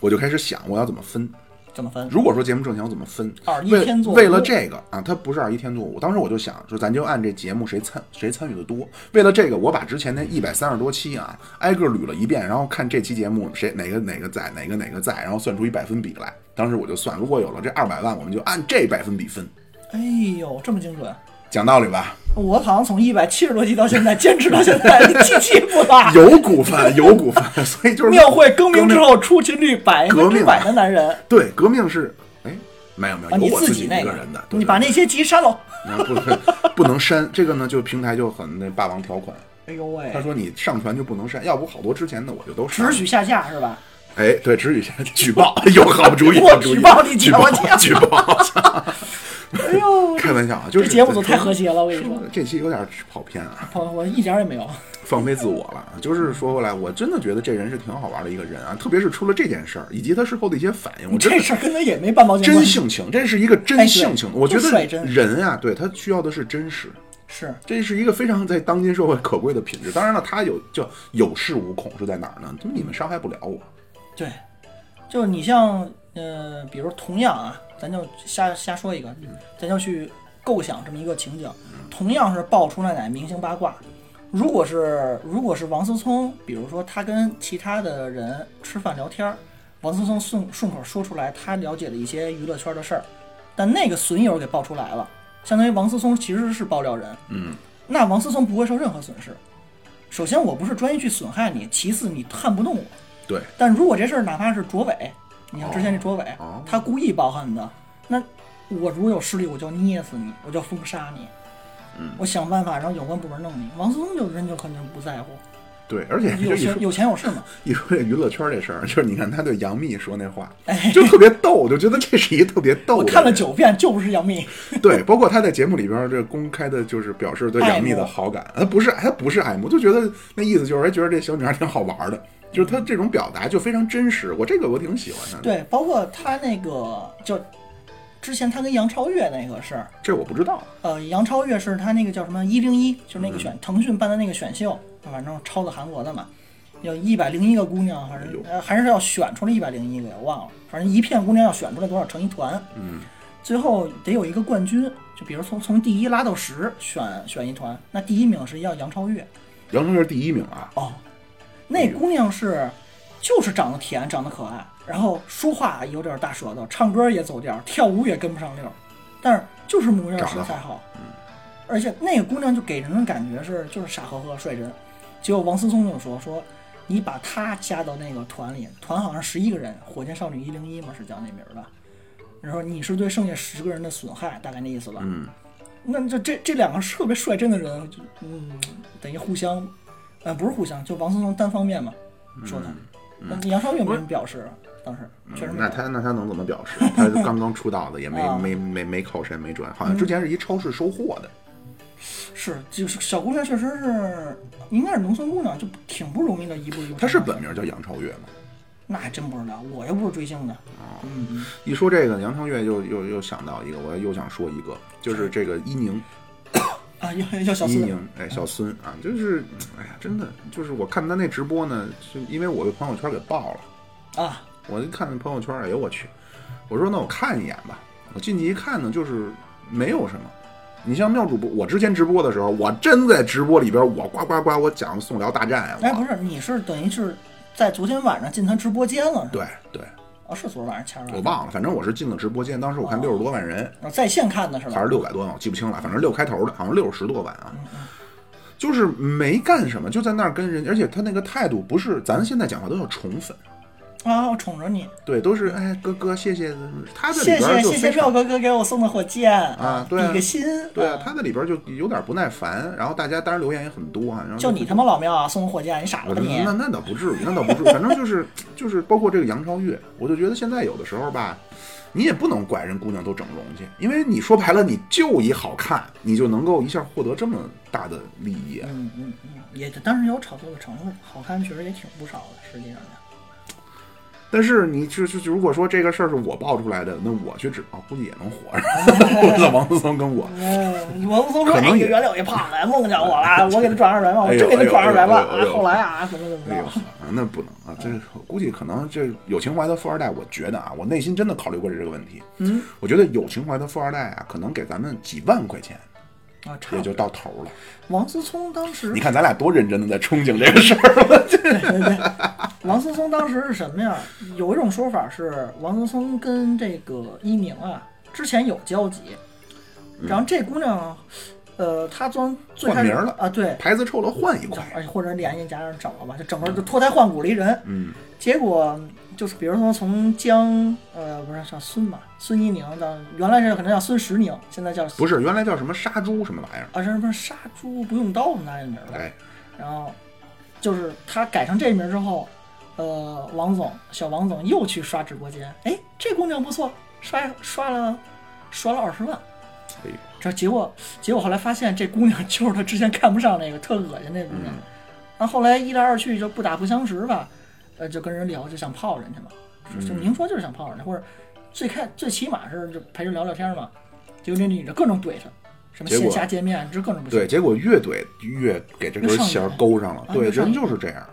[SPEAKER 1] 我就开始想我要怎么分。
[SPEAKER 2] 怎么分？
[SPEAKER 1] 如果说节目挣钱，我怎么分？
[SPEAKER 2] 二一
[SPEAKER 1] 为
[SPEAKER 2] 天作
[SPEAKER 1] 为
[SPEAKER 2] 物
[SPEAKER 1] 了这个啊，它不是二一天作物。当时我就想说，咱就按这节目谁参谁参与的多。为了这个，我把之前那一百三十多期啊，挨个捋了一遍，然后看这期节目谁哪个哪个在哪个哪个在，然后算出一百分比来。当时我就算，如果有了这二百万，我们就按这百分比分。
[SPEAKER 2] 哎呦，这么精准！
[SPEAKER 1] 讲道理吧，
[SPEAKER 2] 我好像从一百七十多集到现在，坚持到现在，机器不拉。
[SPEAKER 1] 有股份，有股份，所以就是
[SPEAKER 2] 啊庙会更名之后，出勤率百
[SPEAKER 1] 革
[SPEAKER 2] 分之
[SPEAKER 1] 命
[SPEAKER 2] 百的男人
[SPEAKER 1] 对革命是哎没有没有
[SPEAKER 2] 啊，
[SPEAKER 1] 有
[SPEAKER 2] 你
[SPEAKER 1] 我
[SPEAKER 2] 自
[SPEAKER 1] 己一
[SPEAKER 2] 那
[SPEAKER 1] 个人的，对
[SPEAKER 2] 你
[SPEAKER 1] 对
[SPEAKER 2] 把
[SPEAKER 1] 对
[SPEAKER 2] 那些集删了。
[SPEAKER 1] 然后不是不能删这个呢，就平台就很那霸王条款。
[SPEAKER 2] 哎呦喂
[SPEAKER 1] 他，说你上传就不能删，要不好多之前的我就都删了
[SPEAKER 2] 只许下架是吧？
[SPEAKER 1] 哎，对，只许下举报，有好主意，
[SPEAKER 2] 我
[SPEAKER 1] 好主意，
[SPEAKER 2] 举报你
[SPEAKER 1] 举
[SPEAKER 2] 举报
[SPEAKER 1] 报
[SPEAKER 2] 你，
[SPEAKER 1] 举报，
[SPEAKER 2] 哎呦，
[SPEAKER 1] 开玩笑啊，就是
[SPEAKER 2] 这节目组太和谐了我跟你说
[SPEAKER 1] 说这期有点跑偏啊，
[SPEAKER 2] 朋友，我一点儿也没有。
[SPEAKER 1] 放飞自我了啊。就是说回来，我真的觉得这人是挺好玩的一个人啊，特别是出了这件事儿，以及他事后的一些反应，我真
[SPEAKER 2] 这
[SPEAKER 1] 的
[SPEAKER 2] 事儿跟他也没半毛钱关
[SPEAKER 1] 真
[SPEAKER 2] 系。
[SPEAKER 1] 性情，这是一个
[SPEAKER 2] 哎
[SPEAKER 1] 真
[SPEAKER 2] 对
[SPEAKER 1] 性情。我觉
[SPEAKER 2] 就率
[SPEAKER 1] 得
[SPEAKER 2] 真
[SPEAKER 1] 人啊，对他需要的是真实。
[SPEAKER 2] 是
[SPEAKER 1] 这是一个非常在当今社会可贵的品质。当然了，他有叫有恃无恐是在哪儿呢？就是你们伤害不了我。
[SPEAKER 2] 对，就你像呃，比如同样啊，咱就瞎瞎说一个，咱就去构想这么一个情景，同样是爆出那奶明星八卦。如果是如果是王思聪，比如说他跟其他的人吃饭聊天儿，王思聪顺顺口说出来他了解的一些娱乐圈的事儿，但那个损友给爆出来了，相当于王思聪其实是爆料人，
[SPEAKER 1] 嗯，
[SPEAKER 2] 那王思聪不会受任何损失。首先，我不是专业去损害你；其次，你撼不动我。
[SPEAKER 1] 对，
[SPEAKER 2] 但如果这事儿哪怕是卓伟，你像之前那卓伟，
[SPEAKER 1] 哦
[SPEAKER 2] 他故意暴恨的，那我如果有势力，我就捏死你，我就封杀你，
[SPEAKER 1] 嗯
[SPEAKER 2] 我想办法让有关部门弄你。王思聪就人就肯定 不在乎，
[SPEAKER 1] 对，而且就
[SPEAKER 2] 有
[SPEAKER 1] 一
[SPEAKER 2] 钱
[SPEAKER 1] 说
[SPEAKER 2] 有钱有势 嘛，
[SPEAKER 1] 一说这娱乐圈这事儿，就是你看他对杨幂说那话，就特别逗，我就觉得这是一特别逗的
[SPEAKER 2] 哎我
[SPEAKER 1] 人。
[SPEAKER 2] 看了九遍就不是 杨幂，
[SPEAKER 1] 对，包括他在节目里边儿这公开的，就是表示对杨幂的好感，他不是他不是爱慕，就觉得那意思就是哎，觉得这小女孩挺好玩儿的，就是他这种表达就非常真实，我这个我挺喜欢的。，
[SPEAKER 2] 对，包括他那个就之前他跟杨超越那个事儿，
[SPEAKER 1] 这我不知道，
[SPEAKER 2] 呃，杨超越是他那个叫什么一零一，就是
[SPEAKER 1] 嗯
[SPEAKER 2] 那个选、腾讯办的那个选秀，反正抄的韩国的嘛，有一百零一个姑娘，还
[SPEAKER 1] 哎
[SPEAKER 2] 是
[SPEAKER 1] 呦
[SPEAKER 2] 呃还是要选出来一百零一个，我忘了，反正一片姑娘要选出来多少成一团，
[SPEAKER 1] 嗯，
[SPEAKER 2] 最后得有一个冠军，就比如从从第一拉到十，选选一团，那第一名是要杨超越
[SPEAKER 1] 杨超越是第一名啊，
[SPEAKER 2] 哦，那
[SPEAKER 1] 嗯
[SPEAKER 2] 姑娘是就是长得甜，长得可爱，然后说话有点大舌头，唱歌也走调，跳舞也跟不上溜儿，但是就是模样
[SPEAKER 1] 长
[SPEAKER 2] 身
[SPEAKER 1] 得嗯
[SPEAKER 2] 材好，而且那个姑娘就给人的感觉是就是傻呵呵帅人，结果王思聪就说说。你把她加到那个团里，团好像十一个人，火箭少女一零一嘛是叫那名儿吧？然后你是对剩下十个人的损害，大概那意思吧。
[SPEAKER 1] 嗯，
[SPEAKER 2] 那这这这两个特别率真的人，就嗯，等于互相，呃，不是互相，就王思聪单方面嘛，
[SPEAKER 1] 嗯
[SPEAKER 2] 说他，那、杨超越没人表示，当时确实没
[SPEAKER 1] 那
[SPEAKER 2] 有。
[SPEAKER 1] 他那他能怎么表示？他刚刚出道的，也没
[SPEAKER 2] 啊
[SPEAKER 1] 没没没靠山没转，好像之前是一超市收货的，
[SPEAKER 2] 是就是小姑娘，确实是应该是农村姑娘，就挺不容易的，一步一步。
[SPEAKER 1] 他是本，名叫杨超越吗？
[SPEAKER 2] 那还真不知道，我又不是追星的。嗯，嗯
[SPEAKER 1] 一说这个杨超越又又又想到一个，我又想说一个，就是这个伊宁。
[SPEAKER 2] 啊，要 要小
[SPEAKER 1] 伊
[SPEAKER 2] 四
[SPEAKER 1] 宁，哎，小孙啊，就是，哎呀，真的，就是我看他那直播呢，是因为我被朋友圈给爆了，
[SPEAKER 2] 啊，
[SPEAKER 1] 我一看朋友圈，哎呦我去，我说那我看一眼吧，我进去一看呢，就是没有什么。你像妙主播，我之前直播的时候，我真在直播里边，我呱呱呱，我讲宋辽大战呀、
[SPEAKER 2] 哎，
[SPEAKER 1] 我
[SPEAKER 2] 不是，你是等于是在昨天晚上进他直播间了，是吧？
[SPEAKER 1] 对对，
[SPEAKER 2] 哦，是昨天晚上前儿晚
[SPEAKER 1] 我
[SPEAKER 2] 上，
[SPEAKER 1] 忘了，反正我是进了直播间，当时我看六十多万人，
[SPEAKER 2] 然后在线看的是吧？
[SPEAKER 1] 还是六百多万，我记不清了，反正六开头的，好像六十多万啊。
[SPEAKER 2] 嗯
[SPEAKER 1] 就是没干什么，就在那儿跟人，而且他那个态度不是咱现在讲话都要宠粉，
[SPEAKER 2] 啊，我宠着你，
[SPEAKER 1] 对，都是哎哥哥谢谢，他在里
[SPEAKER 2] 谢
[SPEAKER 1] 边
[SPEAKER 2] 谢
[SPEAKER 1] 儿就
[SPEAKER 2] 谢谢
[SPEAKER 1] 非
[SPEAKER 2] 妙
[SPEAKER 1] 常
[SPEAKER 2] 哥哥给我送的火箭
[SPEAKER 1] 啊对啊
[SPEAKER 2] 比个心，
[SPEAKER 1] 对啊，他在里边儿就有点不耐烦，然后大家当然留言也很多啊，然后
[SPEAKER 2] 就你他妈老庙啊，送我火箭，你傻了
[SPEAKER 1] 我
[SPEAKER 2] 吧
[SPEAKER 1] 就
[SPEAKER 2] 你
[SPEAKER 1] 那？那倒不至于，那倒不至于，反正就是就是包括这个杨超越，我就觉得现在有的时候吧，你也不能怪人姑娘都整容去，因为你说白了你就一好看，你就能够一下获得这么大的利益，啊
[SPEAKER 2] 嗯嗯嗯，也当然有炒作的成分，好看确实也挺不少的，实际上的
[SPEAKER 1] 但是你就就就如果说这个事儿是我爆出来的，那我去指啊，估计也能 火上。我让王思聪跟我，
[SPEAKER 2] 嗯，王思聪说：“
[SPEAKER 1] 可
[SPEAKER 2] 哎
[SPEAKER 1] 能也
[SPEAKER 2] 原来我一胖子梦见我 了，我给他转二百万，我
[SPEAKER 1] 哎呦
[SPEAKER 2] 真给他转二百万
[SPEAKER 1] 哎呦哎呦哎
[SPEAKER 2] 啊！
[SPEAKER 1] 呦
[SPEAKER 2] 后来啊，怎么怎么
[SPEAKER 1] 哎呦，
[SPEAKER 2] 着？
[SPEAKER 1] 啊那不能啊，这我估计可能这有情怀的富二代，我觉得啊，我内心真的考虑过这个问题。
[SPEAKER 2] 嗯，
[SPEAKER 1] 我觉得有情怀的富二代啊，可能给咱们几万块钱
[SPEAKER 2] 啊，差
[SPEAKER 1] 也
[SPEAKER 2] 不
[SPEAKER 1] 就
[SPEAKER 2] 多。
[SPEAKER 1] 到头了。
[SPEAKER 2] 王思聪当时
[SPEAKER 1] 哎你看咱俩多认真的在憧憬这个事儿，
[SPEAKER 2] 王思聪当时是什么呀？有一种说法是王思聪跟这个一鸣啊之前有交集，然后这姑娘，呃，她从最开
[SPEAKER 1] 嗯
[SPEAKER 2] 始
[SPEAKER 1] 换名儿了
[SPEAKER 2] 啊，对，
[SPEAKER 1] 牌子臭了换一块。
[SPEAKER 2] 而且或者联系家人找了吧，就整个就脱胎换骨了一人。
[SPEAKER 1] 嗯，
[SPEAKER 2] 结果就是，比如说从江呃不是叫孙嘛，孙一宁到原来是可能叫孙石宁，现在叫
[SPEAKER 1] 不
[SPEAKER 2] 是
[SPEAKER 1] 是，原来叫什么杀猪什么玩意儿？
[SPEAKER 2] 啊什么杀猪不用刀什么那名儿吧，
[SPEAKER 1] 哎，
[SPEAKER 2] 然后就是他改成这名之后，呃，王总小王总又去刷直播间，哎，这姑娘不错，刷刷了刷了二十万。
[SPEAKER 1] 哎呦
[SPEAKER 2] 这结果结果后来发现这姑娘就是他之前看不上那个特恶心那姑
[SPEAKER 1] 嗯
[SPEAKER 2] 娘，然后后来一来二去就不打不相识吧，呃，就跟人聊就想泡人家嘛，
[SPEAKER 1] 嗯
[SPEAKER 2] 就就明说就是想泡人家，或者最开最起码是就陪着聊聊天嘛，结果那女的各种怼他，什么
[SPEAKER 1] 结果
[SPEAKER 2] 线下见面这各种不行
[SPEAKER 1] 对，，结果越怼越给这根弦儿勾上了。
[SPEAKER 2] 越上瘾
[SPEAKER 1] 对，
[SPEAKER 2] 啊越上
[SPEAKER 1] 人
[SPEAKER 2] 瘾
[SPEAKER 1] 就是这样。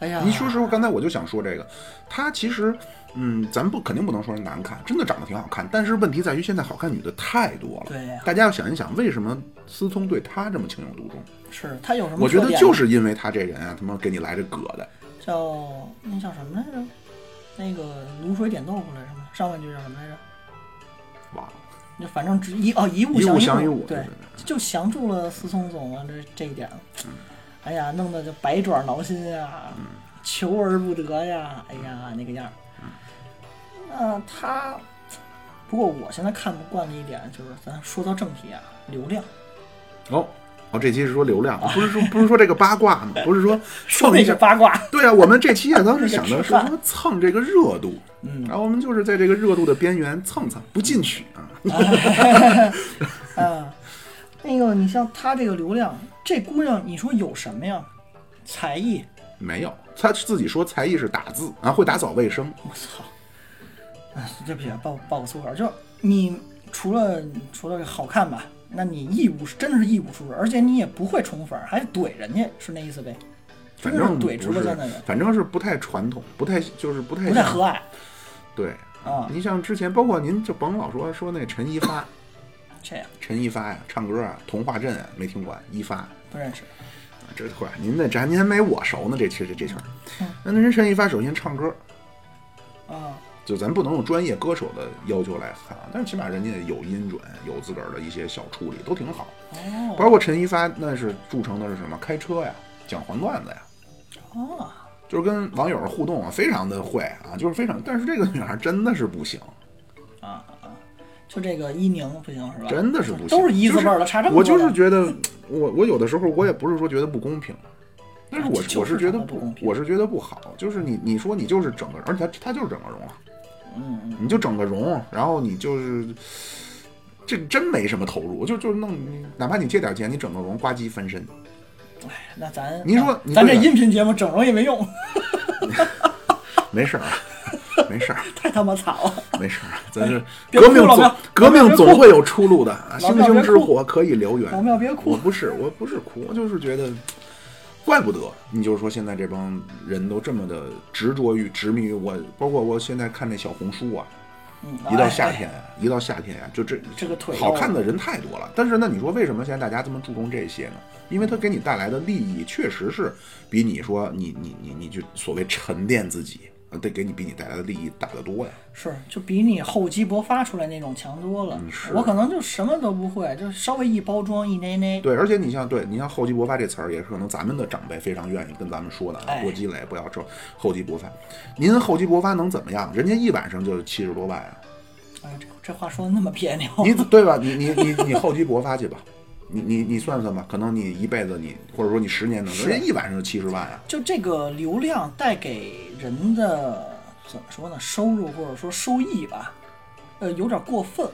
[SPEAKER 2] 哎呀，
[SPEAKER 1] 你说实话，刚才我就想说这个，他其实，嗯，咱不肯定不能说人难看，真的长得挺好看，但是问题在于现在好看女的太多了。
[SPEAKER 2] 对呀
[SPEAKER 1] 大家要想一想，为什么思聪对他这么情有独钟？
[SPEAKER 2] 是他有什么
[SPEAKER 1] 我
[SPEAKER 2] 特
[SPEAKER 1] 觉
[SPEAKER 2] 点呢？
[SPEAKER 1] 得就是因为他这人啊，他妈给你来这葛的，
[SPEAKER 2] 叫那叫什么来着？那个卤水点豆腐来着吗？上半句叫什么来着？
[SPEAKER 1] 哇，
[SPEAKER 2] 就反正只一哦一物
[SPEAKER 1] 一物
[SPEAKER 2] 降
[SPEAKER 1] 降
[SPEAKER 2] 一
[SPEAKER 1] 一物
[SPEAKER 2] 对
[SPEAKER 1] 对，
[SPEAKER 2] 就降住了思聪总啊这这一点。
[SPEAKER 1] 嗯
[SPEAKER 2] 哎呀，弄得就百爪挠心呀，求而不得呀，哎呀那个样儿。
[SPEAKER 1] 嗯
[SPEAKER 2] 那他，不过我现在看不惯的一点就是，咱说到正题啊，流量，
[SPEAKER 1] 哦哦，这期是说流量，不是说 不是说这个八卦 嘛，不是说
[SPEAKER 2] 说
[SPEAKER 1] 蹭
[SPEAKER 2] 那
[SPEAKER 1] 一
[SPEAKER 2] 个
[SPEAKER 1] 下。
[SPEAKER 2] 八卦，
[SPEAKER 1] 对啊，我们这期啊，当时想的是
[SPEAKER 2] 那个吃
[SPEAKER 1] 说蹭这个热度，
[SPEAKER 2] 嗯
[SPEAKER 1] 然后我们就是在这个热度的边缘蹭蹭，不进去啊。
[SPEAKER 2] 嗯，那个你像她这个流量，这姑娘你说有什么呀？才艺，
[SPEAKER 1] 没有，他自己说才艺是打字啊，会打扫卫生，
[SPEAKER 2] 我操！哎，对不起，啊，爆爆个粗口，就是你除了除了好看吧，那你一无真的是一无是处，而且你也不会宠粉，还怼人家，是那意思呗？
[SPEAKER 1] 反
[SPEAKER 2] 真的
[SPEAKER 1] 正
[SPEAKER 2] 是怼直
[SPEAKER 1] 不
[SPEAKER 2] 播
[SPEAKER 1] 是
[SPEAKER 2] 间的人，，
[SPEAKER 1] 反正是不太传统，不太就是不太
[SPEAKER 2] 不太
[SPEAKER 1] 像
[SPEAKER 2] 和蔼
[SPEAKER 1] 对。
[SPEAKER 2] 啊，
[SPEAKER 1] 你像之前，包括您就甭老说说那陈一发，
[SPEAKER 2] 这样
[SPEAKER 1] 陈一发呀，唱歌啊，童话镇啊，没听过啊一发，
[SPEAKER 2] 不认识。
[SPEAKER 1] 这会您那这还您还没我熟呢，这其实这圈儿。那那人陈一发首先唱歌，
[SPEAKER 2] 啊，
[SPEAKER 1] 就咱不能用专业歌手的要求来看啊，但是起码人家有音准，有自个儿的一些小处理，都挺好。
[SPEAKER 2] 哦，
[SPEAKER 1] 包括陈一发，那是著称的是什么？开车呀，讲黄段子呀，
[SPEAKER 2] 哦，
[SPEAKER 1] 就是跟网友互动啊，非常的会啊，就是非常。但是这个女孩真的是不行，
[SPEAKER 2] 啊啊，就这个伊宁不行是吧？
[SPEAKER 1] 真的是不行，
[SPEAKER 2] 都是一字辈儿的，差这么
[SPEAKER 1] 我
[SPEAKER 2] 多
[SPEAKER 1] 就
[SPEAKER 2] 呢。
[SPEAKER 1] 是觉得，我我有的时候我也不是说觉得不公平，但是我
[SPEAKER 2] 就
[SPEAKER 1] 我
[SPEAKER 2] 是
[SPEAKER 1] 是觉
[SPEAKER 2] 觉
[SPEAKER 1] 得
[SPEAKER 2] 得不公平
[SPEAKER 1] 我是觉得不好。就是你你说你就是整个，而且他他就是整个容了，啊
[SPEAKER 2] 嗯嗯，
[SPEAKER 1] 你就整个容，然后你就是这真没什么投入，就就弄你，哪怕你借点钱，你整个容呱唧翻身，
[SPEAKER 2] 哎，那咱
[SPEAKER 1] 您说
[SPEAKER 2] 啊
[SPEAKER 1] 你
[SPEAKER 2] 咱这
[SPEAKER 1] 对了
[SPEAKER 2] 音频节目整容也没用，
[SPEAKER 1] 没事儿啊， 没事儿啊，
[SPEAKER 2] 太他妈惨了。
[SPEAKER 1] 没事儿啊，咱是
[SPEAKER 2] 别
[SPEAKER 1] 革
[SPEAKER 2] 哭
[SPEAKER 1] 命
[SPEAKER 2] 老
[SPEAKER 1] 总
[SPEAKER 2] 庙
[SPEAKER 1] 革
[SPEAKER 2] 老庙
[SPEAKER 1] 命
[SPEAKER 2] 别
[SPEAKER 1] 总
[SPEAKER 2] 哭
[SPEAKER 1] 会有出路的，啊
[SPEAKER 2] 老
[SPEAKER 1] 星
[SPEAKER 2] 庙别
[SPEAKER 1] 星之
[SPEAKER 2] 哭
[SPEAKER 1] 火可以燎原。
[SPEAKER 2] 老庙别
[SPEAKER 1] 我
[SPEAKER 2] 哭，
[SPEAKER 1] 不是，我不是哭，我就是觉得，怪不得你就是说现在这帮人都这么的执着于执迷于我，包括我现在看那小红书啊，
[SPEAKER 2] 嗯
[SPEAKER 1] 一到
[SPEAKER 2] 哎
[SPEAKER 1] 夏
[SPEAKER 2] 哎
[SPEAKER 1] 天啊，一到夏天啊，就这
[SPEAKER 2] 这个腿肉
[SPEAKER 1] 好看的人太多了。但是那你说为什么现在大家这么注重这些呢？因为它给你带来的利益确实是比你说你你你你去所谓沉淀自己，呃得给你比你带来的利益大得多呀。
[SPEAKER 2] 是就比你厚积薄发出来那种强多了
[SPEAKER 1] 嗯。是
[SPEAKER 2] 我可能就什么都不会，就稍微一包装一捏捏。
[SPEAKER 1] 对，而且你像对，你像厚积薄发这词儿，也是可能咱们的长辈非常愿意跟咱们说的啊
[SPEAKER 2] 哎，
[SPEAKER 1] 多积累，不要这厚积薄发。您厚积薄发能怎么样？人家一晚上就七十多万啊，
[SPEAKER 2] 哎，这这话说的那么别扭。
[SPEAKER 1] 你对吧？你你你你厚积薄发去吧，你你你算算吧，可能你一辈子你或者说你十年能，
[SPEAKER 2] 是
[SPEAKER 1] 人家一晚上就七十万啊。
[SPEAKER 2] 就这个流量带给人的怎么说呢？收入或者说收益吧，呃，有点过分，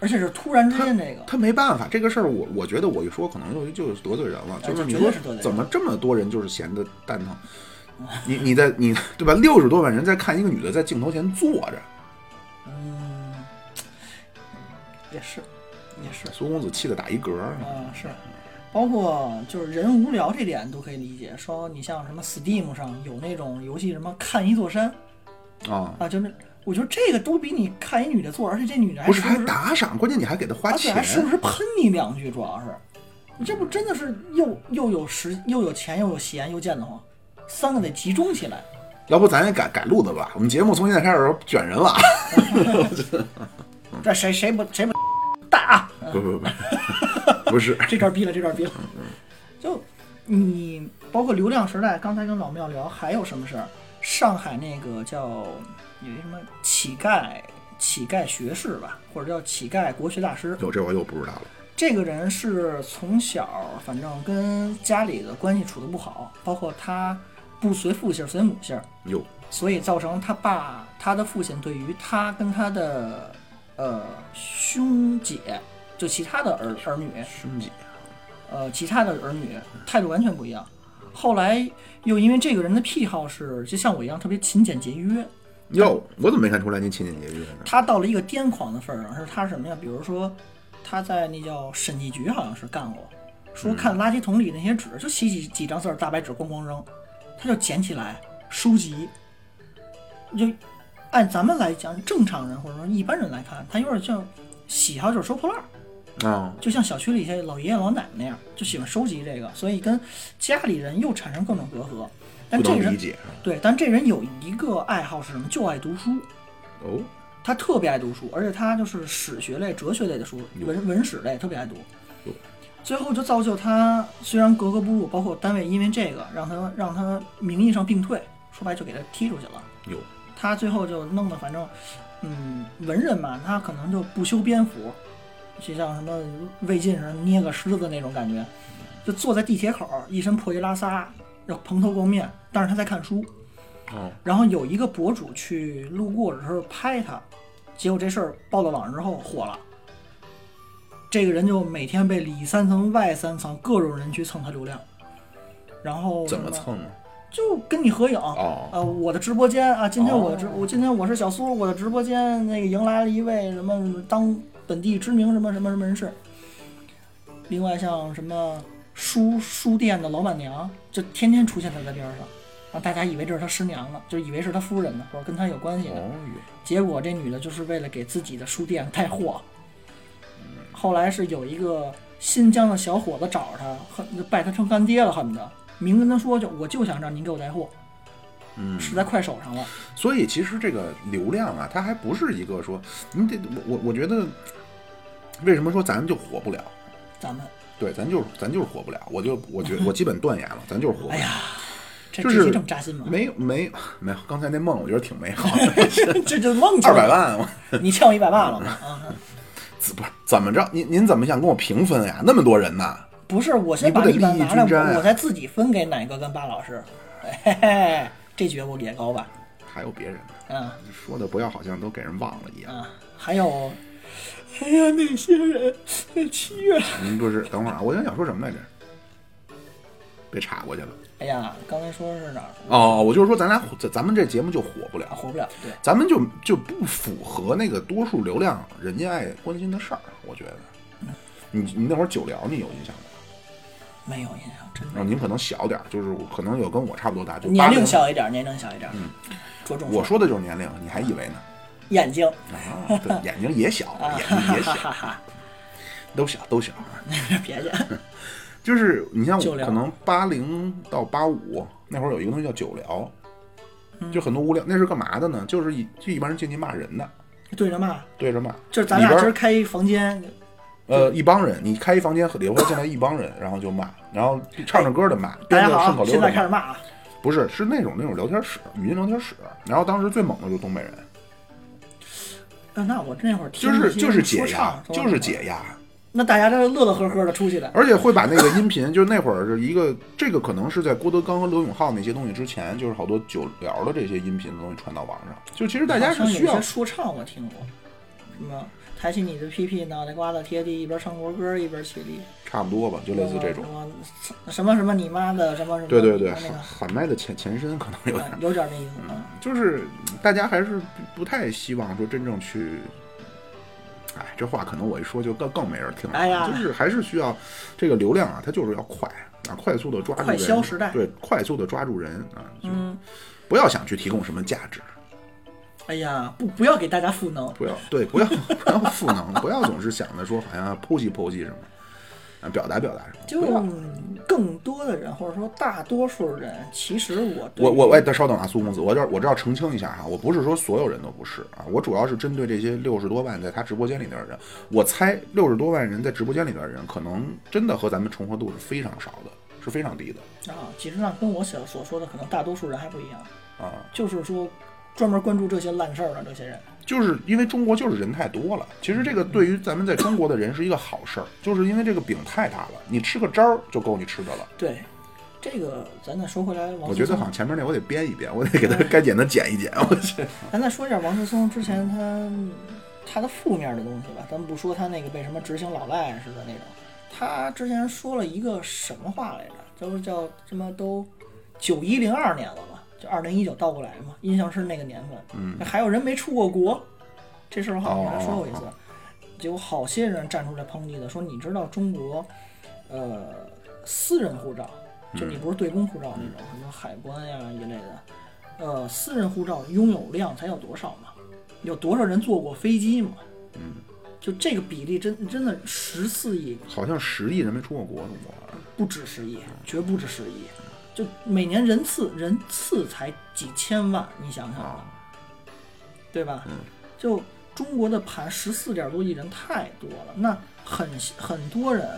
[SPEAKER 2] 而且是突然之间这个，
[SPEAKER 1] 他没办法，这个事儿我我觉得我一说可能就就得罪人了，
[SPEAKER 2] 哎
[SPEAKER 1] 就是
[SPEAKER 2] 这
[SPEAKER 1] 你
[SPEAKER 2] 绝
[SPEAKER 1] 说
[SPEAKER 2] 对是得罪人
[SPEAKER 1] 怎么这么多人就是闲的蛋疼，你你在你对吧？六十多万人在看一个女的在镜头前坐着，
[SPEAKER 2] 嗯，也是，也是，
[SPEAKER 1] 苏公子气得打一嗝儿。啊
[SPEAKER 2] 嗯，是，包括就是人无聊这点都可以理解。说你像什么 Steam 上有那种游戏什么看一座山
[SPEAKER 1] 啊，
[SPEAKER 2] 啊，就是我觉得这个都比你看一女的做，而且这女的
[SPEAKER 1] 哎
[SPEAKER 2] 还
[SPEAKER 1] 不是
[SPEAKER 2] 时
[SPEAKER 1] 还
[SPEAKER 2] 不时
[SPEAKER 1] 打赏，关键你还给他花
[SPEAKER 2] 哎而且
[SPEAKER 1] 钱
[SPEAKER 2] 还，时不时喷你两句，主要是，你这不真的是又又有时又有钱又有闲又贱得慌，三个得集中起来。
[SPEAKER 1] 要不咱也改改路子吧？我们节目从现在开始卷人了啊！嗯
[SPEAKER 2] 这谁谁不谁不大啊？
[SPEAKER 1] 不不不， 不是，
[SPEAKER 2] 这段逼了，这段逼了。
[SPEAKER 1] 嗯
[SPEAKER 2] 就你包括流量时代，刚才跟老庙聊，还有什么事儿？上海那个叫有一什么乞丐乞丐学士吧，或者叫乞丐国学大师，
[SPEAKER 1] 有这我又不知道了。
[SPEAKER 2] 这个人是从小反正跟家里的关系处得不好，包括他不随父姓儿随母姓儿，
[SPEAKER 1] 哟，
[SPEAKER 2] 所以造成他爸他的父亲对于他跟他的呃兄姐就其他的儿儿女
[SPEAKER 1] 兄弟，
[SPEAKER 2] 呃其他的儿女态度完全不一样。后来又因为这个人的癖好是就像我一样特别勤俭节约，
[SPEAKER 1] 哟，我怎么没看出来您勤俭节约呢？
[SPEAKER 2] 他到了一个癫狂的份儿上，是他什么呀？比如说，他在那叫审计局好像是干过，说
[SPEAKER 1] 嗯
[SPEAKER 2] 看垃圾桶里那些纸，就洗几几张字儿，大白纸咣咣扔，他就捡起来收集。就按咱们来讲，正常人或者说一般人来看，他有点像喜好就是收破烂儿，
[SPEAKER 1] 啊，
[SPEAKER 2] 就像小区里一些老爷爷老奶奶那样，就喜欢收集这个，所以跟家里人又产生各种隔阂。但
[SPEAKER 1] 不
[SPEAKER 2] 哎这
[SPEAKER 1] 能
[SPEAKER 2] 人
[SPEAKER 1] 理解啊
[SPEAKER 2] 对，但这人有一个爱好是什么？就爱读书。
[SPEAKER 1] 哦，
[SPEAKER 2] 他特别爱读书，而且他就是史学类、哲学类的书，文文史类特别爱读
[SPEAKER 1] 哟。
[SPEAKER 2] 最后就造就他，虽然格格不入，包括单位因为这个让他让他名义上病退，说白就给他踢出去了。
[SPEAKER 1] 哟，
[SPEAKER 2] 他最后就弄得反正，嗯，文人嘛，他可能就不修边幅，就像什么魏晋时候捏个狮子那种感觉，就坐在地铁口，一身破衣拉撒，然后蓬头垢面，但是他在看书。
[SPEAKER 1] 哦，
[SPEAKER 2] 然后有一个博主去路过的时候拍他，结果这事儿报到网上之后火了。这个人就每天被里三层外三层各种人去蹭他流量，然后
[SPEAKER 1] 怎么
[SPEAKER 2] 什
[SPEAKER 1] 蹭啊？
[SPEAKER 2] 就跟你合影
[SPEAKER 1] 哦，
[SPEAKER 2] 呃，我的直播间啊，今天我的直
[SPEAKER 1] 哦
[SPEAKER 2] 我今天我是小苏，我的直播间那个迎来了一位什么什么当本地知名什么什么什么人士。另外像什么书书店的老板娘，就天天出现在他边上，然后大家以为这是他师娘呢，就以为是他夫人呢，或者跟他有关系呢。
[SPEAKER 1] 哦
[SPEAKER 2] 结果这女的就是为了给自己的书店带货。后来是有一个新疆的小伙子找他，恨拜他成干爹了，恨不得明跟他说就我就想让您给我带货，
[SPEAKER 1] 嗯，
[SPEAKER 2] 是在快手上了。
[SPEAKER 1] 所以其实这个流量啊，它还不是一个说你得我我我觉得，为什么说咱们就火不了？
[SPEAKER 2] 咱们
[SPEAKER 1] 对，咱就是咱就是火不了。我就我觉得我基本断言了，咱就是火不了。
[SPEAKER 2] 哎呀，这
[SPEAKER 1] 就
[SPEAKER 2] 哎这期
[SPEAKER 1] 是
[SPEAKER 2] 这么扎心吗？
[SPEAKER 1] 没有没有没有，刚才那梦我觉得挺美好的，
[SPEAKER 2] 这就梦
[SPEAKER 1] 二百， 万我
[SPEAKER 2] 你欠我一百万了吗？
[SPEAKER 1] 嗯
[SPEAKER 2] 啊，
[SPEAKER 1] 怎不是怎么着？您您怎么想跟我平分呀？那么多人呐，
[SPEAKER 2] 不是，我先把
[SPEAKER 1] 你不得
[SPEAKER 2] 一百
[SPEAKER 1] 利益
[SPEAKER 2] 拿来，
[SPEAKER 1] 均沾啊
[SPEAKER 2] 我我再自己分给奶哥跟巴老师。嘿嘿，这觉悟也高吧？
[SPEAKER 1] 还有别人呢，
[SPEAKER 2] 啊
[SPEAKER 1] 说的不要好像都给人忘了一样。
[SPEAKER 2] 啊，还有，
[SPEAKER 1] 哎
[SPEAKER 2] 还有那些人，七月，
[SPEAKER 1] 您不是等会儿啊，我想想说什么来着？被岔过去了。
[SPEAKER 2] 哎呀，刚才说是哪儿？
[SPEAKER 1] 哦，我就是说咱俩火咱咱们这节目就火不
[SPEAKER 2] 啊，
[SPEAKER 1] 了，
[SPEAKER 2] 活不了。对，
[SPEAKER 1] 咱们就就不符合那个多数流量人家爱关心的事儿，我觉得。
[SPEAKER 2] 嗯
[SPEAKER 1] 你你那会儿九聊你有印象吗？
[SPEAKER 2] 没有印象，真
[SPEAKER 1] 然后您可能小点儿，就是我可能有跟我差不多大，就
[SPEAKER 2] 年
[SPEAKER 1] 80
[SPEAKER 2] 龄。小一点，年龄小一点，着重
[SPEAKER 1] 嗯我说的就是年龄，你还以为呢？
[SPEAKER 2] 眼睛，
[SPEAKER 1] 啊，对，眼睛也小，
[SPEAKER 2] 啊
[SPEAKER 1] 眼睛嗯也
[SPEAKER 2] 哈
[SPEAKER 1] 小，
[SPEAKER 2] 哈哈，
[SPEAKER 1] 都小都小啊。
[SPEAKER 2] 别介，
[SPEAKER 1] 就是你像
[SPEAKER 2] 九
[SPEAKER 1] 我
[SPEAKER 2] 聊
[SPEAKER 1] 可能八零到八五那会儿有一个东西叫九聊，
[SPEAKER 2] 嗯
[SPEAKER 1] 就很多无聊，那是干嘛的呢？就是一就一帮人进去骂人的，
[SPEAKER 2] 对着骂，
[SPEAKER 1] 对着骂。
[SPEAKER 2] 就是咱
[SPEAKER 1] 里
[SPEAKER 2] 俩
[SPEAKER 1] 边
[SPEAKER 2] 今儿开一房间，
[SPEAKER 1] 呃，一帮人，你开一房间，里边进来一帮人，然后就骂，然后唱着歌的骂，
[SPEAKER 2] 大
[SPEAKER 1] 编
[SPEAKER 2] 家
[SPEAKER 1] 着顺
[SPEAKER 2] 哎好，
[SPEAKER 1] 口
[SPEAKER 2] 现
[SPEAKER 1] 溜
[SPEAKER 2] 在
[SPEAKER 1] 的
[SPEAKER 2] 开始
[SPEAKER 1] 骂，
[SPEAKER 2] 骂啊！
[SPEAKER 1] 不是，是那种那种聊天室，语音聊天室。然后当时最猛的就是东北人，
[SPEAKER 2] 啊，那我那会儿听
[SPEAKER 1] 就是
[SPEAKER 2] 一些
[SPEAKER 1] 就是
[SPEAKER 2] 说
[SPEAKER 1] 解压
[SPEAKER 2] 唱，
[SPEAKER 1] 就是。解压。
[SPEAKER 2] 那大家这乐乐呵呵的出去的，
[SPEAKER 1] 而且会把那个音频， 就是那会儿是一个，这个可能是在郭德纲和罗永浩那些东西之前，就是好多酒聊的这些音频的东西传到网上。就其实大家
[SPEAKER 2] 好
[SPEAKER 1] 是
[SPEAKER 2] 像
[SPEAKER 1] 需
[SPEAKER 2] 有
[SPEAKER 1] 要
[SPEAKER 2] 些，说唱，我听过，什么抬起你的屁屁，脑袋瓜子贴地，一边唱国歌一边起立，
[SPEAKER 1] 差不多吧，就类似这种。
[SPEAKER 2] 什么什么什么你妈的什么什么，
[SPEAKER 1] 对对对，
[SPEAKER 2] 那
[SPEAKER 1] 喊
[SPEAKER 2] 个
[SPEAKER 1] 喊麦的前前身可能有点
[SPEAKER 2] 啊， 有点那意思啊。
[SPEAKER 1] 就是大家还是不不太希望说真正去。哎，这话可能我一说就更更没人听了。啊
[SPEAKER 2] 哎呀
[SPEAKER 1] 就是还是需要这个流量啊，它就是要快啊，快速的抓住人，
[SPEAKER 2] 快消时代
[SPEAKER 1] 对，快速的抓住人啊，就
[SPEAKER 2] 嗯，
[SPEAKER 1] 不要想去提供什么价值，
[SPEAKER 2] 哎呀，不不要给大家赋能，
[SPEAKER 1] 不要 对，不要不要赋能，不要总是想着说好像剖析剖析什么，啊，表达表达什么。
[SPEAKER 2] 就
[SPEAKER 1] 不要
[SPEAKER 2] 更多的人或者说大多数人，其实我对
[SPEAKER 1] 我我我也稍等啊，苏公子，我这我这要澄清一下哈，我不是说所有人都不是啊，我主要是针对这些六十多万在他直播间里的人，我猜六十多万人在直播间里的人，可能真的和咱们重合度是非常少的，是非常低的
[SPEAKER 2] 啊，其实上跟我所所说的可能大多数人还不一样，
[SPEAKER 1] 啊，
[SPEAKER 2] 就是说专门关注这些烂事儿的这些人，
[SPEAKER 1] 就是因为中国就是人太多了，其实这个对于咱们在中国的人是一个好事儿，就是因为这个饼太大了，你吃个渣儿就够你吃的了。
[SPEAKER 2] 对。这个咱再说回来，王
[SPEAKER 1] 我
[SPEAKER 2] 思
[SPEAKER 1] 觉得
[SPEAKER 2] 聪
[SPEAKER 1] 好，像前面那我得编一编，我得给他该剪的剪一剪。我去，
[SPEAKER 2] 咱再说一下王思聪之前他他的负面的东西吧，咱们不说他那个被什么执行老赖似的那种，他之前说了一个什么话来着？就是叫什么都九一零二年了嘛，就二零一九倒过来嘛，印象是那个年份。嗯，还有人没出过国，这事儿我好像给他说过一次，有好些人站出来抨击的，说你知道中国，呃，私人护照，就你不是对公护照那种，什么海关呀一类的。呃，私人护照拥有量才有多少嘛？有多少人坐过飞机嘛？嗯，就这个比例真真的十四亿
[SPEAKER 1] 好像十亿人没出过国，中国
[SPEAKER 2] 不止十亿，绝不止十亿。就每年人次人次才几千万，你想想吧，
[SPEAKER 1] 啊，
[SPEAKER 2] 对吧？就中国的盘十四点多亿人太多了，那很很多人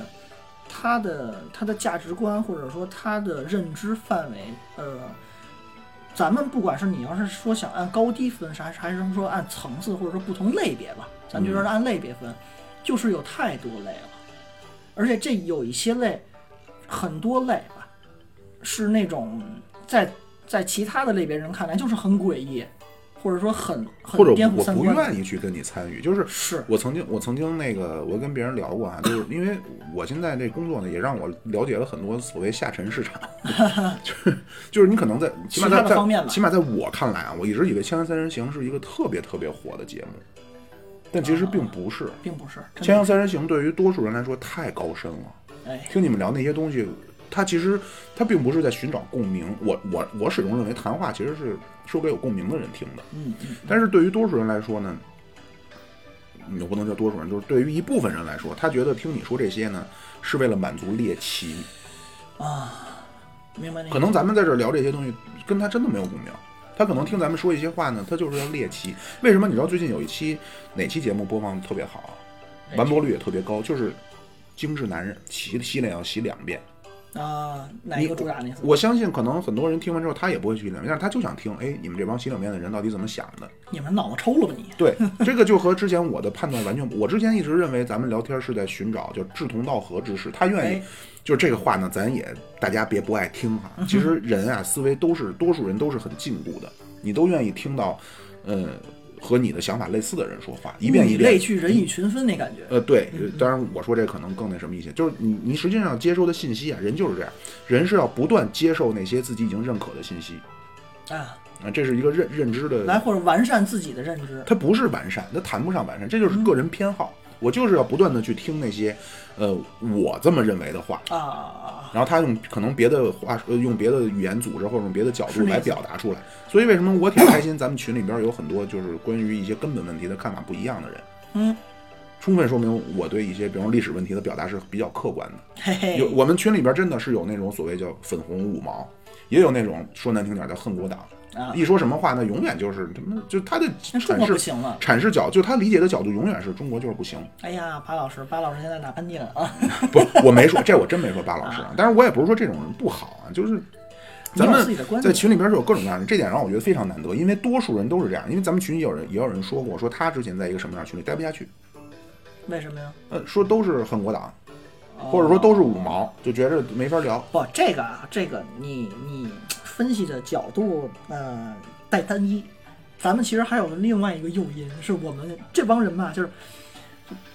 [SPEAKER 2] 他的他的价值观或者说他的认知范围，呃，咱们不管是你要是说想按高低分，是还是还是说按层次，或者说不同类别吧，咱就是按类别分，就是有太多类了，而且这有一些类，很多类吧，是那种在在其他的类别人看来就是很诡异，或者说很
[SPEAKER 1] 或者
[SPEAKER 2] 很颠覆
[SPEAKER 1] 我
[SPEAKER 2] 三
[SPEAKER 1] 不
[SPEAKER 2] 观的，
[SPEAKER 1] 愿意去跟你参与，就是
[SPEAKER 2] 是
[SPEAKER 1] 我曾经，我曾经那个，我跟别人聊过啊，就是因为我现在这工作呢，也让我了解了很多所谓下沉市 场，就是就是你可能在起码
[SPEAKER 2] 其他
[SPEAKER 1] 在
[SPEAKER 2] 的
[SPEAKER 1] 在
[SPEAKER 2] 方面吧
[SPEAKER 1] 起码在我看来啊，我一直以为《锵锵三人行》是一个特别特别火的节目，但其实并不是，
[SPEAKER 2] 并不是
[SPEAKER 1] 《
[SPEAKER 2] 啊真
[SPEAKER 1] 锵锵
[SPEAKER 2] 的，
[SPEAKER 1] 三人行》对于多数人来说太高深了。
[SPEAKER 2] 哎，
[SPEAKER 1] 听你们聊那些东西，它其实它并不是在寻找共鸣。我我我始终认为谈话其实是说给有共鸣的人听的。
[SPEAKER 2] 嗯嗯，
[SPEAKER 1] 但是对于多数人来说呢，嗯也不能叫多数人，就是对于一部分人来说，他觉得听你说这些呢，是为了满足猎奇。
[SPEAKER 2] 明白那个
[SPEAKER 1] 可能咱们在这儿聊这些东西，跟他真的没有共鸣。他可能听咱们说一些话呢，他就是要猎奇。为什么？你知道最近有一期哪期节目播放得特别好啊，完播率也特别高，就是精致男人洗洗脸要洗两遍。
[SPEAKER 2] 啊，哪
[SPEAKER 1] 你
[SPEAKER 2] 一个主打那次？
[SPEAKER 1] 我相信，可能很多人听完之后，他也不会去洗两遍，但是他就想听，哎，你们这帮洗两遍的人到底怎么想的？
[SPEAKER 2] 你们脑子抽了吧你？
[SPEAKER 1] 对， 这个就和之前我的判断完全不。我之前一直认为咱们聊天是在寻找就志同道合之士，他愿意，
[SPEAKER 2] 哎
[SPEAKER 1] 就是这个话呢，咱也大家别不爱听 哈、其实人啊，思维都是多数人都是很禁锢的，你都愿意听到，呃，和你的想法类似的人说话，一遍一
[SPEAKER 2] 物嗯以类
[SPEAKER 1] 遍。
[SPEAKER 2] 聚，人以群嗯分那感觉。
[SPEAKER 1] 呃，对，呃当然我说这可能更那什么一些，就是你你实际上接收的信息啊，人就是这样，人是要不断接受那些自己已经认可的信息
[SPEAKER 2] 啊，
[SPEAKER 1] 啊，这是一个认认知的
[SPEAKER 2] 来或者完善自己的认知。
[SPEAKER 1] 它不是完善，它谈不上完善，这就是个人偏好。我就是要不断的去听那些，呃，我这么认为的话，
[SPEAKER 2] 啊，
[SPEAKER 1] 然后他用可能别的话，呃，用别的语言组织或者用别的角
[SPEAKER 2] 是
[SPEAKER 1] 度
[SPEAKER 2] 那
[SPEAKER 1] 来
[SPEAKER 2] 意思
[SPEAKER 1] 表达出来。所以为什么我挺开心，咱们群里边有很多就是关于一些根本问题的看法不一样的人，
[SPEAKER 2] 嗯，
[SPEAKER 1] 充分说明我对一些比方说历史问题的表达是比较客观的。
[SPEAKER 2] 嘿
[SPEAKER 1] 有
[SPEAKER 2] 嘿，
[SPEAKER 1] 我们群里边真的是有那种所谓叫粉红五毛，也有那种说难听点叫恨国党，
[SPEAKER 2] 啊，
[SPEAKER 1] 一说什么话呢，永远就是他妈就他的
[SPEAKER 2] 那中
[SPEAKER 1] 阐
[SPEAKER 2] 国
[SPEAKER 1] 释
[SPEAKER 2] 不行了。
[SPEAKER 1] 阐释角，就他理解的角度永远是中国就是 不行。
[SPEAKER 2] 哎呀，巴老师，巴老师现在哪喷嚏了啊？
[SPEAKER 1] 不，我没说，这我真没说巴老师啊。但是我也不是说这种人不好啊，就是咱
[SPEAKER 2] 你
[SPEAKER 1] 们
[SPEAKER 2] 有自己的观点
[SPEAKER 1] 在群里边是有各种各样的人，这点让我觉得非常难得，因为多数人都是这样。因为咱们群里有人也有人说过，说他之前在一个什么样的群里待不下去，
[SPEAKER 2] 为什么呀？
[SPEAKER 1] 呃，说都是恨国党，
[SPEAKER 2] 哦
[SPEAKER 1] 或者说都是五毛，就觉着没法 聊。
[SPEAKER 2] 不，这个啊，这个你你分析的角度呃带单一，咱们其实还有另外一个诱因，是我们这帮人吧，就是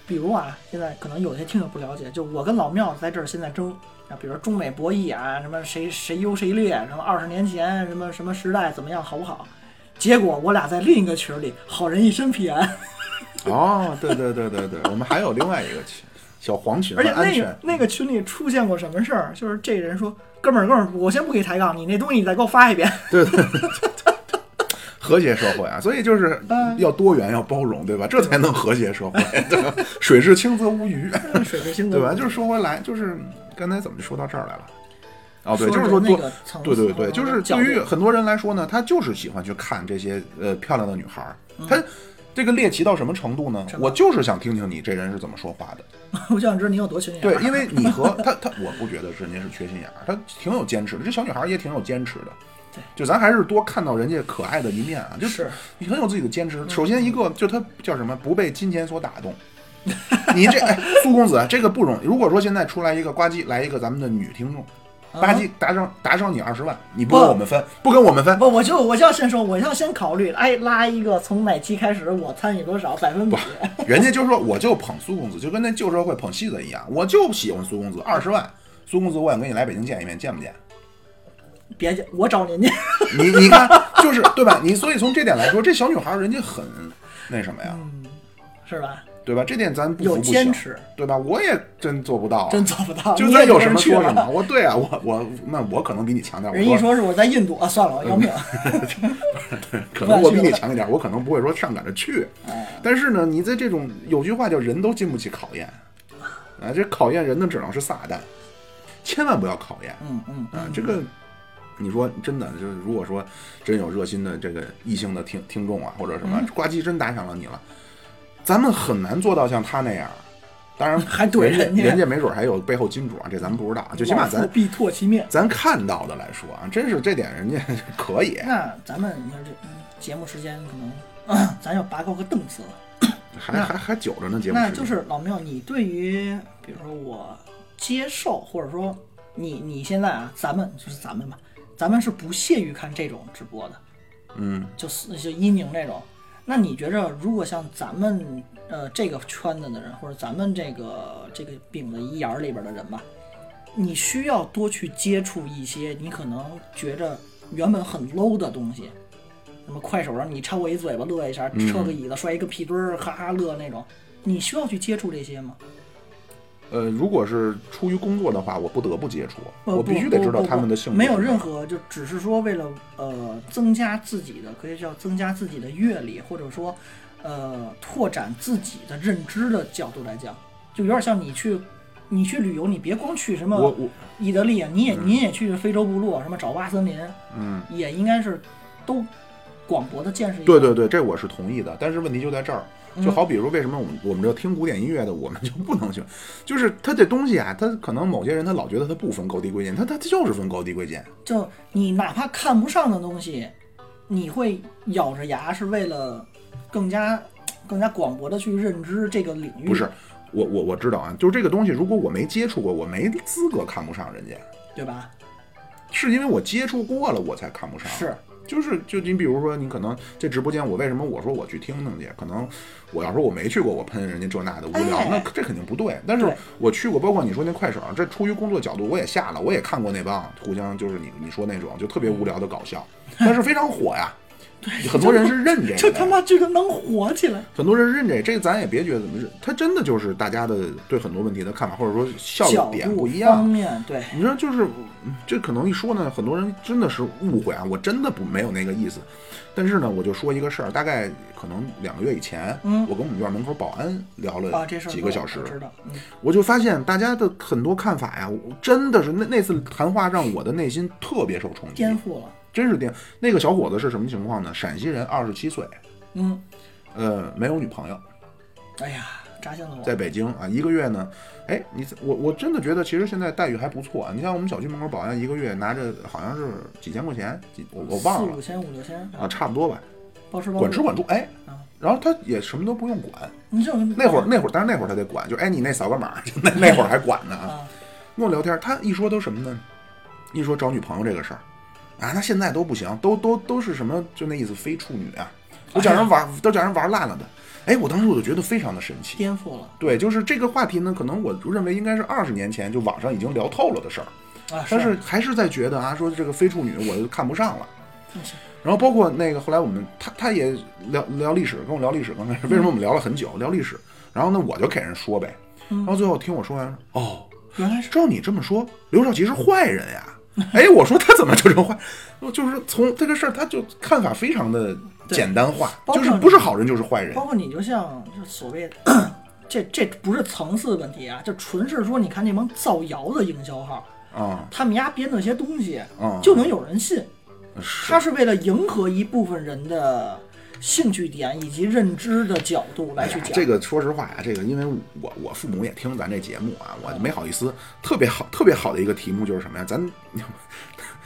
[SPEAKER 2] 比如啊，现在可能有些听友不了解，就我跟老庙在这儿现在争啊，比如说中美博弈啊，什么谁谁优谁劣，什么二十年前什么什么时代怎么样好不好？结果我俩在另一个群里，好人一身皮炎，
[SPEAKER 1] 哦，对对对对对，我们还有另外一个群，小黄群，
[SPEAKER 2] 而且
[SPEAKER 1] 安
[SPEAKER 2] 那
[SPEAKER 1] 全嗯
[SPEAKER 2] 个。那个群里出现过什么事儿？就是这人说：“哥们儿，哥们儿，我先不给你抬杠，你那东西你再给我发一遍。
[SPEAKER 1] 对对对。 对和谐社会啊，所以就是
[SPEAKER 2] 哎
[SPEAKER 1] 要多元，要包容，对吧？这才能和谐社 会。对吧水至清则无鱼，”
[SPEAKER 2] 水之星
[SPEAKER 1] 对吧？就是说回来，就是刚才怎么就说到这儿来了？哦，对，
[SPEAKER 2] 说
[SPEAKER 1] 就是
[SPEAKER 2] 是
[SPEAKER 1] 说
[SPEAKER 2] 那
[SPEAKER 1] 多
[SPEAKER 2] 个层，
[SPEAKER 1] 对对
[SPEAKER 2] 次
[SPEAKER 1] 对，
[SPEAKER 2] 和
[SPEAKER 1] 就是
[SPEAKER 2] 角
[SPEAKER 1] 对于
[SPEAKER 2] 度
[SPEAKER 1] 很多人来说呢，他就是喜欢去看这些呃漂亮的女孩儿，他这个猎奇到什么程度呢？
[SPEAKER 2] 嗯什么
[SPEAKER 1] 我就是想听听你这人是怎么说话的。
[SPEAKER 2] 我就想知道你有多缺啊心眼。
[SPEAKER 1] 对，，因为你和他他，我不觉得是您是缺心眼儿，他挺有坚持的。这小女孩儿也挺有坚持的。
[SPEAKER 2] 对，
[SPEAKER 1] 就咱还是多看到人家可爱的一面啊，就是你很有自己的坚
[SPEAKER 2] 嗯
[SPEAKER 1] 持。首先一个就她叫什么，不被金钱所打动。你这、哎、苏公子这个不容易。如果说现在出来一个呱唧来一个咱们的女听众，吧唧打赏打赏你二十万，你不
[SPEAKER 2] 啊不
[SPEAKER 1] 跟我们分，不跟我们分，
[SPEAKER 2] 不，我就我就要先说，我要先考虑，哎，拉一个从哪期开始我参与多少百分比。
[SPEAKER 1] 人家就说我就捧苏公子，就跟那旧社会捧戏子一样，我就喜欢苏公子，二十万，苏公子我想跟你来北京见一面，见不见？
[SPEAKER 2] 别介，我找您去。
[SPEAKER 1] 你你看，就是对吧？你所以从这点来说，这小女孩儿人家很那什么呀，
[SPEAKER 2] 是吧？
[SPEAKER 1] 对吧？这点咱不服
[SPEAKER 2] 嗯有
[SPEAKER 1] 不
[SPEAKER 2] 坚
[SPEAKER 1] 行，
[SPEAKER 2] 持，
[SPEAKER 1] 对吧？我也真做不到啊，
[SPEAKER 2] 真做不到。
[SPEAKER 1] 就
[SPEAKER 2] 你
[SPEAKER 1] 咱
[SPEAKER 2] 也
[SPEAKER 1] 有
[SPEAKER 2] 没
[SPEAKER 1] 什
[SPEAKER 2] 人
[SPEAKER 1] 么
[SPEAKER 2] 去
[SPEAKER 1] 说什
[SPEAKER 2] 了。
[SPEAKER 1] 么。我对啊，我我那我可能比你强点儿，
[SPEAKER 2] 人一
[SPEAKER 1] 我说
[SPEAKER 2] 说是我在印度啊，算了，我要命。
[SPEAKER 1] 嗯 可能我比
[SPEAKER 2] 不
[SPEAKER 1] 你
[SPEAKER 2] 要去嗯
[SPEAKER 1] 强一点儿，我可能不会说上赶着去。
[SPEAKER 2] 哎
[SPEAKER 1] 但是呢，你在这种有句话叫“人都经不起考 验”，啊，这考验人的只能是撒旦，千万不要考验。
[SPEAKER 2] 嗯嗯，
[SPEAKER 1] 啊，这个你说真的，就是如果说真有热心的这个异性的听
[SPEAKER 2] 嗯
[SPEAKER 1] 听众啊，或者什么呱唧真打赏了你了，咱们很难做到像他那样，当然
[SPEAKER 2] 还怼
[SPEAKER 1] 人
[SPEAKER 2] 人家
[SPEAKER 1] 人家没准还有背后金主啊，这咱们不知道啊。 就起码
[SPEAKER 2] 老
[SPEAKER 1] 咱
[SPEAKER 2] 夫必唾其面。
[SPEAKER 1] 咱看到的来说啊，真是这点人家 可以。
[SPEAKER 2] 那咱们你看这、嗯节目时间可能，啊咱要拔高个档次了。
[SPEAKER 1] 还还还久着呢，节目
[SPEAKER 2] 那
[SPEAKER 1] 时间
[SPEAKER 2] 就是老庙，你对于比如说我接受，或者说你你现在啊，咱们就是咱们吧，咱们是不屑于看这种直播的，
[SPEAKER 1] 嗯，
[SPEAKER 2] 就是就伊宁这种。那你觉着，如果像咱们呃这个圈子的人，或者咱们这个这个饼的一眼儿里边的人吧，你需要多去接触一些你可能觉着原本很 low 的东西，什么快手让你抽我一嘴巴乐一下，撤个椅子摔一个屁墩儿，哈哈乐那种，你需要去接触这些吗？
[SPEAKER 1] 呃，如果是出于工作的话，我不得不接触，
[SPEAKER 2] 呃
[SPEAKER 1] 我
[SPEAKER 2] 不
[SPEAKER 1] 必须得
[SPEAKER 2] 不
[SPEAKER 1] 知道
[SPEAKER 2] 不
[SPEAKER 1] 他们的性格。
[SPEAKER 2] 没有任何，就只是说为了呃增加自己的，可以叫增加自己的阅历，或者说呃拓展自己的认知的角度来讲，就有点像你去你去旅游，你别光去什
[SPEAKER 1] 我
[SPEAKER 2] 么
[SPEAKER 1] 我
[SPEAKER 2] 意大利啊，你也、你也去非洲部落，什么爪哇森林，
[SPEAKER 1] 嗯，
[SPEAKER 2] 也应该是都广博的见识一下。
[SPEAKER 1] 对对对，这我是同意的。但是问题就在这儿，就
[SPEAKER 2] 嗯
[SPEAKER 1] 好比如为什么我们我们这听古典音乐的，我们就不能去，就是他这东西啊，他可能某些人他老觉得他不分高低贵贱，他他他就是分高低贵贱。
[SPEAKER 2] 就你哪怕看不上的东西，你会咬着牙是为了更加更加广博的去认知这个领域。
[SPEAKER 1] 不是，我我我知道啊，就是这个东西，如果我没接触过，我没资格看不上人家，
[SPEAKER 2] 对吧？
[SPEAKER 1] 是因为我接触过了，我才看不上。
[SPEAKER 2] 是，
[SPEAKER 1] 就是就你比如说，你可能这直播间，我为什么我说我去听听去？可能我要说我没去过，我喷人家这那的无聊，
[SPEAKER 2] 哎
[SPEAKER 1] 那这肯定不对。但是
[SPEAKER 2] 对
[SPEAKER 1] 我去过，包括你说那快手，这出于工作角度，我也下了，我也看过那帮互相就是你你说那种就特别无聊的搞笑，
[SPEAKER 2] 嗯
[SPEAKER 1] 但是非常火 呀。很多人是认这个的，
[SPEAKER 2] 这他妈居然能火起来！
[SPEAKER 1] 很多人认这，这个咱也别觉得怎么是，他真的就是大家的对很多问题的看法，或者说效率
[SPEAKER 2] 角度
[SPEAKER 1] 点不一
[SPEAKER 2] 方
[SPEAKER 1] 样。
[SPEAKER 2] 面对，
[SPEAKER 1] 你说就是，嗯这可能一说呢，很多人真的是误会啊，我真的不没有那个意思。但是呢，我就说一个事儿，大概可能两个月以前，
[SPEAKER 2] 嗯
[SPEAKER 1] 我跟我们院门口保安聊
[SPEAKER 2] 啊，
[SPEAKER 1] 了
[SPEAKER 2] 这事儿
[SPEAKER 1] 呃几个小时，
[SPEAKER 2] 我知道，嗯，
[SPEAKER 1] 我就发现大家的很多看法呀，我真的是那那次谈话让我的内心特别受冲击，
[SPEAKER 2] 颠覆了，
[SPEAKER 1] 真是颠。那个小伙子是什么情况呢？陕西人，二十七岁，
[SPEAKER 2] 嗯，
[SPEAKER 1] 呃，没有女朋友，
[SPEAKER 2] 哎呀，扎心了我，
[SPEAKER 1] 在北京啊，一个月呢，哎，你我我真的觉得其实现在待遇还不错啊。你像我们小区门口保安一个月拿着好像是几千块钱，几我我忘
[SPEAKER 2] 四五
[SPEAKER 1] 了
[SPEAKER 2] 千五六千嗯
[SPEAKER 1] 啊，，差不多吧，
[SPEAKER 2] 包吃包
[SPEAKER 1] 管吃
[SPEAKER 2] 住。
[SPEAKER 1] 管住，哎
[SPEAKER 2] 啊，
[SPEAKER 1] 然后他也什么都不用管。
[SPEAKER 2] 你这
[SPEAKER 1] 那会儿那会儿，但是那会儿他得管，就哎你那扫个码，就那那会儿 还管呢啊。
[SPEAKER 2] 啊，
[SPEAKER 1] 跟我聊天，他一说都什么呢？一说找女朋友这个事儿啊，那现在都不行，都都都是什么就那意思非处女啊，都叫人玩、都叫人玩烂了的。哎，我当时我就觉得非常的神奇。
[SPEAKER 2] 颠覆了
[SPEAKER 1] 对，就是这个话题呢，可能我认为应该是二十年前就网上已经聊透了的事儿，
[SPEAKER 2] 啊！
[SPEAKER 1] 但是还是在觉得啊，说这个非处女我就看不上了。
[SPEAKER 2] 是
[SPEAKER 1] 然后包括那个后来我们他他也聊聊历史，跟我聊历史，刚开始为什么我们聊了很久聊历史，然后呢我就给人说呗，
[SPEAKER 2] 嗯
[SPEAKER 1] 然后最后听我说完哦，
[SPEAKER 2] 原来是
[SPEAKER 1] 照你这么说，刘少奇是坏人呀。哎，我说他怎么就成坏？我就是从这个事儿，他就看法非常的简单化，
[SPEAKER 2] 包括
[SPEAKER 1] 就是不是好人就是坏人
[SPEAKER 2] 包。括你就像就所谓这这不是层次问题啊，就纯是说你看那帮造谣的营销号，
[SPEAKER 1] 啊
[SPEAKER 2] 他们家编的些东西
[SPEAKER 1] 啊，呃
[SPEAKER 2] 就能有人信，
[SPEAKER 1] 是
[SPEAKER 2] 他是为了迎合一部分人的兴趣点以及认知的角度来去
[SPEAKER 1] 哎呀
[SPEAKER 2] 讲。
[SPEAKER 1] 这个说实话呀、这个因为我我父母也听咱这节目啊，我就没好意思。特别好，特别好的一个题目就是什么呀？咱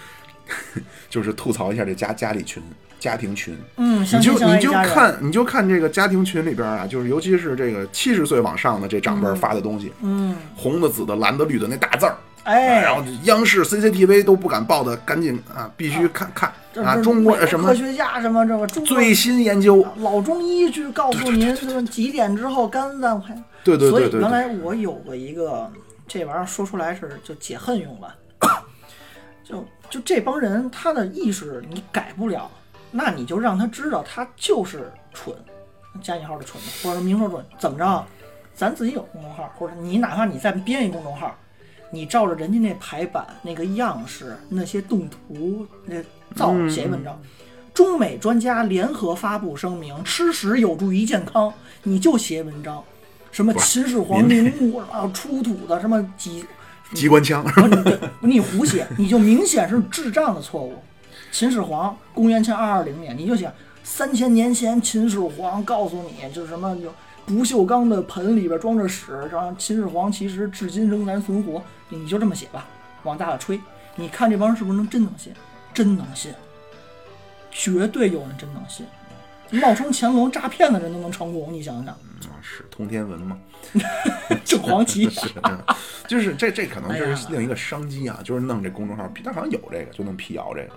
[SPEAKER 1] 就是吐槽一下这家家里群、家庭群。
[SPEAKER 2] 嗯，
[SPEAKER 1] 你
[SPEAKER 2] 相
[SPEAKER 1] 就
[SPEAKER 2] 亲相爱
[SPEAKER 1] 你
[SPEAKER 2] 一
[SPEAKER 1] 就
[SPEAKER 2] 家人，
[SPEAKER 1] 看你就看这个家庭群里边啊，就是尤其是这个七十岁往上的这长辈儿发的东西，
[SPEAKER 2] 嗯，
[SPEAKER 1] 红的、紫的、蓝的、绿的那大字儿，
[SPEAKER 2] 哎，
[SPEAKER 1] 然后央视、CCTV 都不敢报的，赶紧啊，必须看看
[SPEAKER 2] 这
[SPEAKER 1] 啊，
[SPEAKER 2] 这
[SPEAKER 1] 中国
[SPEAKER 2] 美国
[SPEAKER 1] 什么
[SPEAKER 2] 科学家什么这个中国
[SPEAKER 1] 最新研究，
[SPEAKER 2] 老中医去告诉您什么几点之后肝脏坏。
[SPEAKER 1] 对对对
[SPEAKER 2] 所
[SPEAKER 1] 对
[SPEAKER 2] 以
[SPEAKER 1] 对，
[SPEAKER 2] 原来我有过一个这玩意儿说出来是就解恨用了，就就这帮人他的意识你改不了，那你就让他知道他就是蠢，加引号的蠢吧，或者明说准怎么着，咱自己有公众号，或者你哪怕你再编一公众号。你照着人家那排版、那个样式、那些动图、那造
[SPEAKER 1] 嗯
[SPEAKER 2] 写文章，中美专家联合发布声明，吃屎有助于健康，你就写文章，什么秦始皇陵墓啊，出土的什么几，
[SPEAKER 1] 机关枪。
[SPEAKER 2] 不是你你胡写，你就明显是智障的错误。秦始皇公元前二二零年，你就写三千年前秦始皇告诉你，就是什么有。不锈钢的盆里边装着屎，然后秦始皇其实至今仍然存活，你就这么写吧，往大了吹，你看这帮人是不是能真能信？真能信，绝对有人真能信。冒充乾隆诈骗的人都能成功，你想想，
[SPEAKER 1] 嗯 是通天文嘛，
[SPEAKER 2] 就黄旗
[SPEAKER 1] 是，嗯就是这这可能这
[SPEAKER 2] 哎
[SPEAKER 1] 是
[SPEAKER 2] 呀
[SPEAKER 1] 另一个商机啊，就是弄这公众号，但好像有这个就能辟谣这个，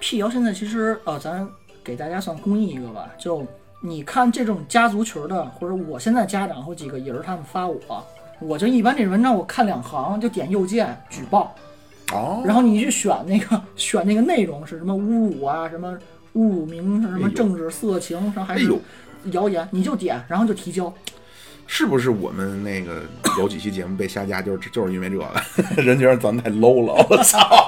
[SPEAKER 2] 辟谣现在其实呃，咱给大家算公益一个吧，就你看这种家族群的，或者我现在家长或几个人儿他们发我，我就一般这文章我看两行就点右键举报，
[SPEAKER 1] 哦，
[SPEAKER 2] 然后你去选那个 选那个内容是什么侮辱啊，什么侮辱名是什
[SPEAKER 1] 哎
[SPEAKER 2] 么
[SPEAKER 1] 呦
[SPEAKER 2] 政治色情，然后还
[SPEAKER 1] 哎
[SPEAKER 2] 是
[SPEAKER 1] 呦，
[SPEAKER 2] 谣言，你就点，然后就提交。
[SPEAKER 1] 是不是我们那个有几期节目被下架，就是就是因为这个， 人觉得咱们太 low 了，我操，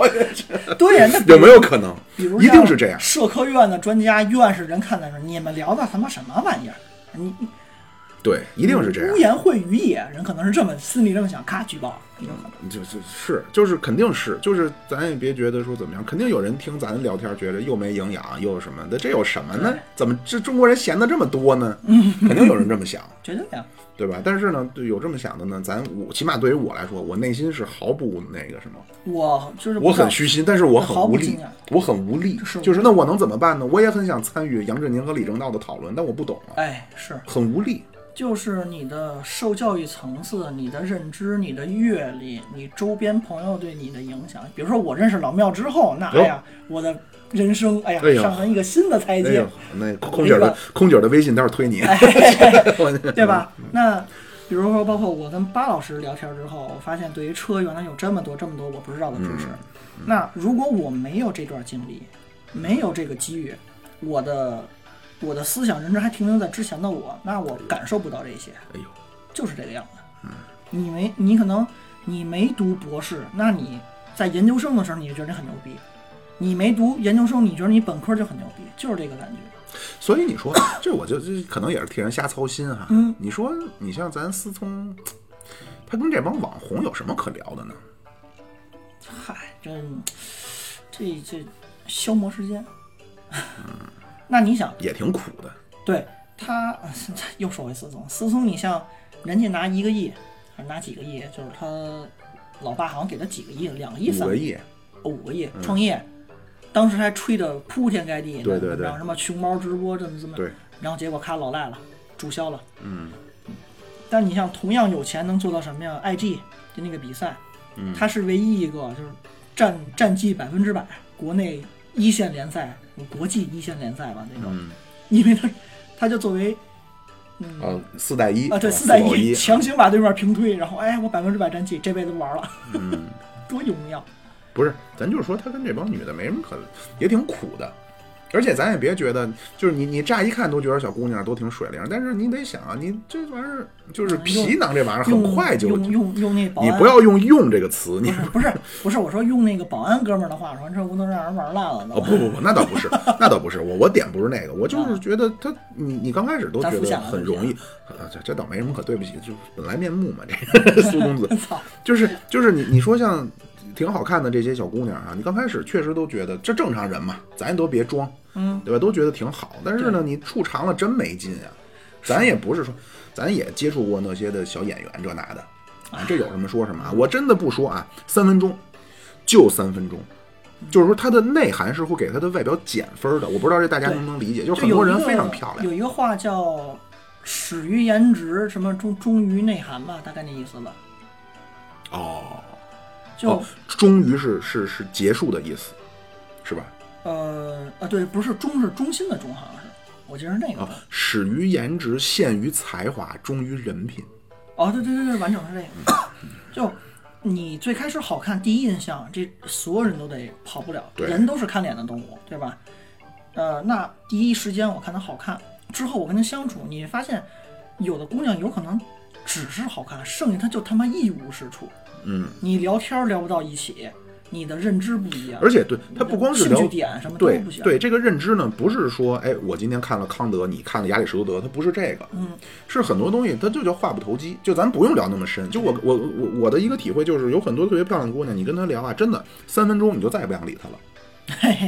[SPEAKER 1] 呃
[SPEAKER 2] 对呀，那 比
[SPEAKER 1] 有
[SPEAKER 2] 如
[SPEAKER 1] 没有可能？
[SPEAKER 2] 比如
[SPEAKER 1] 一
[SPEAKER 2] 像
[SPEAKER 1] 定是这样，
[SPEAKER 2] 社科院的专家、院士人看的时候，你们聊的他妈什么玩意儿？你
[SPEAKER 1] 对，一定是这
[SPEAKER 2] 污
[SPEAKER 1] 样，
[SPEAKER 2] 言秽语也，人可能是这么心里这么想，咔举报，有可能。
[SPEAKER 1] 就就是就是肯定是，就是咱也别觉得说怎么样，肯定有人听咱聊天觉得又没营养又什么的，这有什么呢？怎么这中国人闲的这么多 呢？肯定有人这么想。
[SPEAKER 2] 绝对呀、
[SPEAKER 1] 对吧？但是呢，对有这么想的呢，咱我起码对于我来说，我内心是毫不那个什么，
[SPEAKER 2] 我就是不
[SPEAKER 1] 我
[SPEAKER 2] 知道
[SPEAKER 1] 很虚心，但是我很
[SPEAKER 2] 毫
[SPEAKER 1] 无
[SPEAKER 2] 不
[SPEAKER 1] 力
[SPEAKER 2] 惊讶，
[SPEAKER 1] 我很无力，
[SPEAKER 2] 是
[SPEAKER 1] 就是那我能怎么办呢？我也很想参与杨振宁和李政道的讨论，但我不懂啊，
[SPEAKER 2] 哎，是，
[SPEAKER 1] 很无力。
[SPEAKER 2] 就是你的受教育层次、你的认知、你的阅历、你周边朋友对你的影响。比如说，我认识老庙之后，那
[SPEAKER 1] 哟
[SPEAKER 2] 哎呀，我的人生哎呀
[SPEAKER 1] 哎呦
[SPEAKER 2] 上升一个新的台
[SPEAKER 1] 哎
[SPEAKER 2] 阶
[SPEAKER 1] 呦，，那空姐的空姐的微信待会儿推你，
[SPEAKER 2] 哎对吧？那比如说，包括我跟巴老师聊天之后，我发现对于车原来有这么多这么多我不知道的知识。那如果我没有这段经历，没有这个机遇，我的我的思想认知还停留在之前的我，那我感受不到这些，
[SPEAKER 1] 哎呦，
[SPEAKER 2] 就是这个样子。你没，你可能你没读博士，那你在研究生的时候你就觉得你很牛逼；你没读研究生，你觉得你本科就很牛逼，就是这个感觉。
[SPEAKER 1] 所以你说这我就这可能也是替人瞎操心哈、
[SPEAKER 2] 嗯
[SPEAKER 1] 你说你像咱思聪，他跟这帮网红有什么可聊的呢？
[SPEAKER 2] 嗨，这这这消磨时间。那你想，
[SPEAKER 1] 也挺苦的，
[SPEAKER 2] 对他 又说回思聪，思聪，你像人家拿一个亿，还是拿几个亿？就是他老爸好像给他几个亿，两个亿、
[SPEAKER 1] 五
[SPEAKER 2] 三
[SPEAKER 1] 个
[SPEAKER 2] 个亿、
[SPEAKER 1] 亿，
[SPEAKER 2] 哦五个亿创业，当时还吹得铺天盖
[SPEAKER 1] 嗯
[SPEAKER 2] 地，
[SPEAKER 1] 对对对
[SPEAKER 2] 然后什么熊猫直播这么这么，
[SPEAKER 1] 对，
[SPEAKER 2] 然后结果咔老赖了，注销了。
[SPEAKER 1] 嗯
[SPEAKER 2] 但你像同样有钱能做到什么呀？IG 就那个比赛，
[SPEAKER 1] 嗯
[SPEAKER 2] 他是唯一一个就是战战绩百分之百，国内一线联赛、国际一线联赛吧那种，
[SPEAKER 1] 嗯，
[SPEAKER 2] 因为他他就作为
[SPEAKER 1] 呃，四带一
[SPEAKER 2] 嗯啊对
[SPEAKER 1] 四
[SPEAKER 2] 四带
[SPEAKER 1] 偶
[SPEAKER 2] 一
[SPEAKER 1] 一，
[SPEAKER 2] 强行把对面平推，然后哎我百分之百战绩，这辈子不玩了，
[SPEAKER 1] 嗯。
[SPEAKER 2] 多荣耀！
[SPEAKER 1] 不是，咱就是说他跟这帮女的没什么可，也挺苦的。而且咱也别觉得，就是你你乍一看都觉得小姑娘都挺水灵，但是你得想啊，你这玩意儿就是皮囊这玩意儿很
[SPEAKER 2] 用
[SPEAKER 1] 快就，
[SPEAKER 2] 用
[SPEAKER 1] 你
[SPEAKER 2] 用用那保安，
[SPEAKER 1] 不要用“用”这个词，你
[SPEAKER 2] 不是不是不是我说用那个保安哥们儿的话说，这不能让人玩烂了
[SPEAKER 1] 哦
[SPEAKER 2] 都。
[SPEAKER 1] 不不不，那倒不是，那倒不是，我我点不是那个，我就是觉得他你你刚开始都
[SPEAKER 2] 咱
[SPEAKER 1] 觉
[SPEAKER 2] 互
[SPEAKER 1] 得
[SPEAKER 2] 相啊
[SPEAKER 1] 很
[SPEAKER 2] 互
[SPEAKER 1] 容
[SPEAKER 2] 相
[SPEAKER 1] 易，啊这这倒没什么可对不起，就是本来面目嘛，这个 苏公子，
[SPEAKER 2] 操，
[SPEAKER 1] 就是就是你你说像挺好看的这些小姑娘啊，你刚开始确实都觉得这正常人嘛，咱也都别装，
[SPEAKER 2] 嗯，
[SPEAKER 1] 对吧？都觉得挺好，但是呢，你处长了真没劲啊。咱也不是说，咱也接触过那些的小演员这那的，啊，这有什么说什么啊？我真的不说啊，三分钟，就三分钟。
[SPEAKER 2] 嗯
[SPEAKER 1] 就是说，它的内涵是会给它的外表减分的。我不知道这大家能不能理解，就是
[SPEAKER 2] 就
[SPEAKER 1] 很多
[SPEAKER 2] 有一
[SPEAKER 1] 人
[SPEAKER 2] 个
[SPEAKER 1] 非常漂亮，
[SPEAKER 2] 有一个话叫“始于颜值，什么忠忠于内涵”吧，大概那意思吧。
[SPEAKER 1] 哦，
[SPEAKER 2] 就、
[SPEAKER 1] 哦终于是是是结束的意思，是吧？
[SPEAKER 2] 呃啊，对，不是忠是忠心的忠，好像是，我记得是那个
[SPEAKER 1] 啊
[SPEAKER 2] 吧。，
[SPEAKER 1] 始于颜值，陷于才华，忠于人品。
[SPEAKER 2] 哦，对对对对，完整是这个。 就你最开始好看，第一印象，这所有人都得跑不了，
[SPEAKER 1] 对
[SPEAKER 2] 人都是看脸的动物，对吧？呃，那第一时间我看她好看，之后我跟她相处，你发现有的姑娘有可能只是好看，剩下她就他妈一无是处。
[SPEAKER 1] 嗯，
[SPEAKER 2] 你聊天儿聊不到一起，你的认知不一样，
[SPEAKER 1] 而且对他不光是
[SPEAKER 2] 兴趣
[SPEAKER 1] 聊
[SPEAKER 2] 点什么都
[SPEAKER 1] 对
[SPEAKER 2] 不行。
[SPEAKER 1] 对，这个认知呢，不是说哎，我今天看了康德，你看了亚里士多德，它不是这个，
[SPEAKER 2] 嗯，
[SPEAKER 1] 是很多东西它就叫话不投机。就咱不用聊那么深，就我我 我我的一个体会就是，有很多特别漂亮的姑娘，你跟她聊啊，真的三分钟你就再也不想理她了。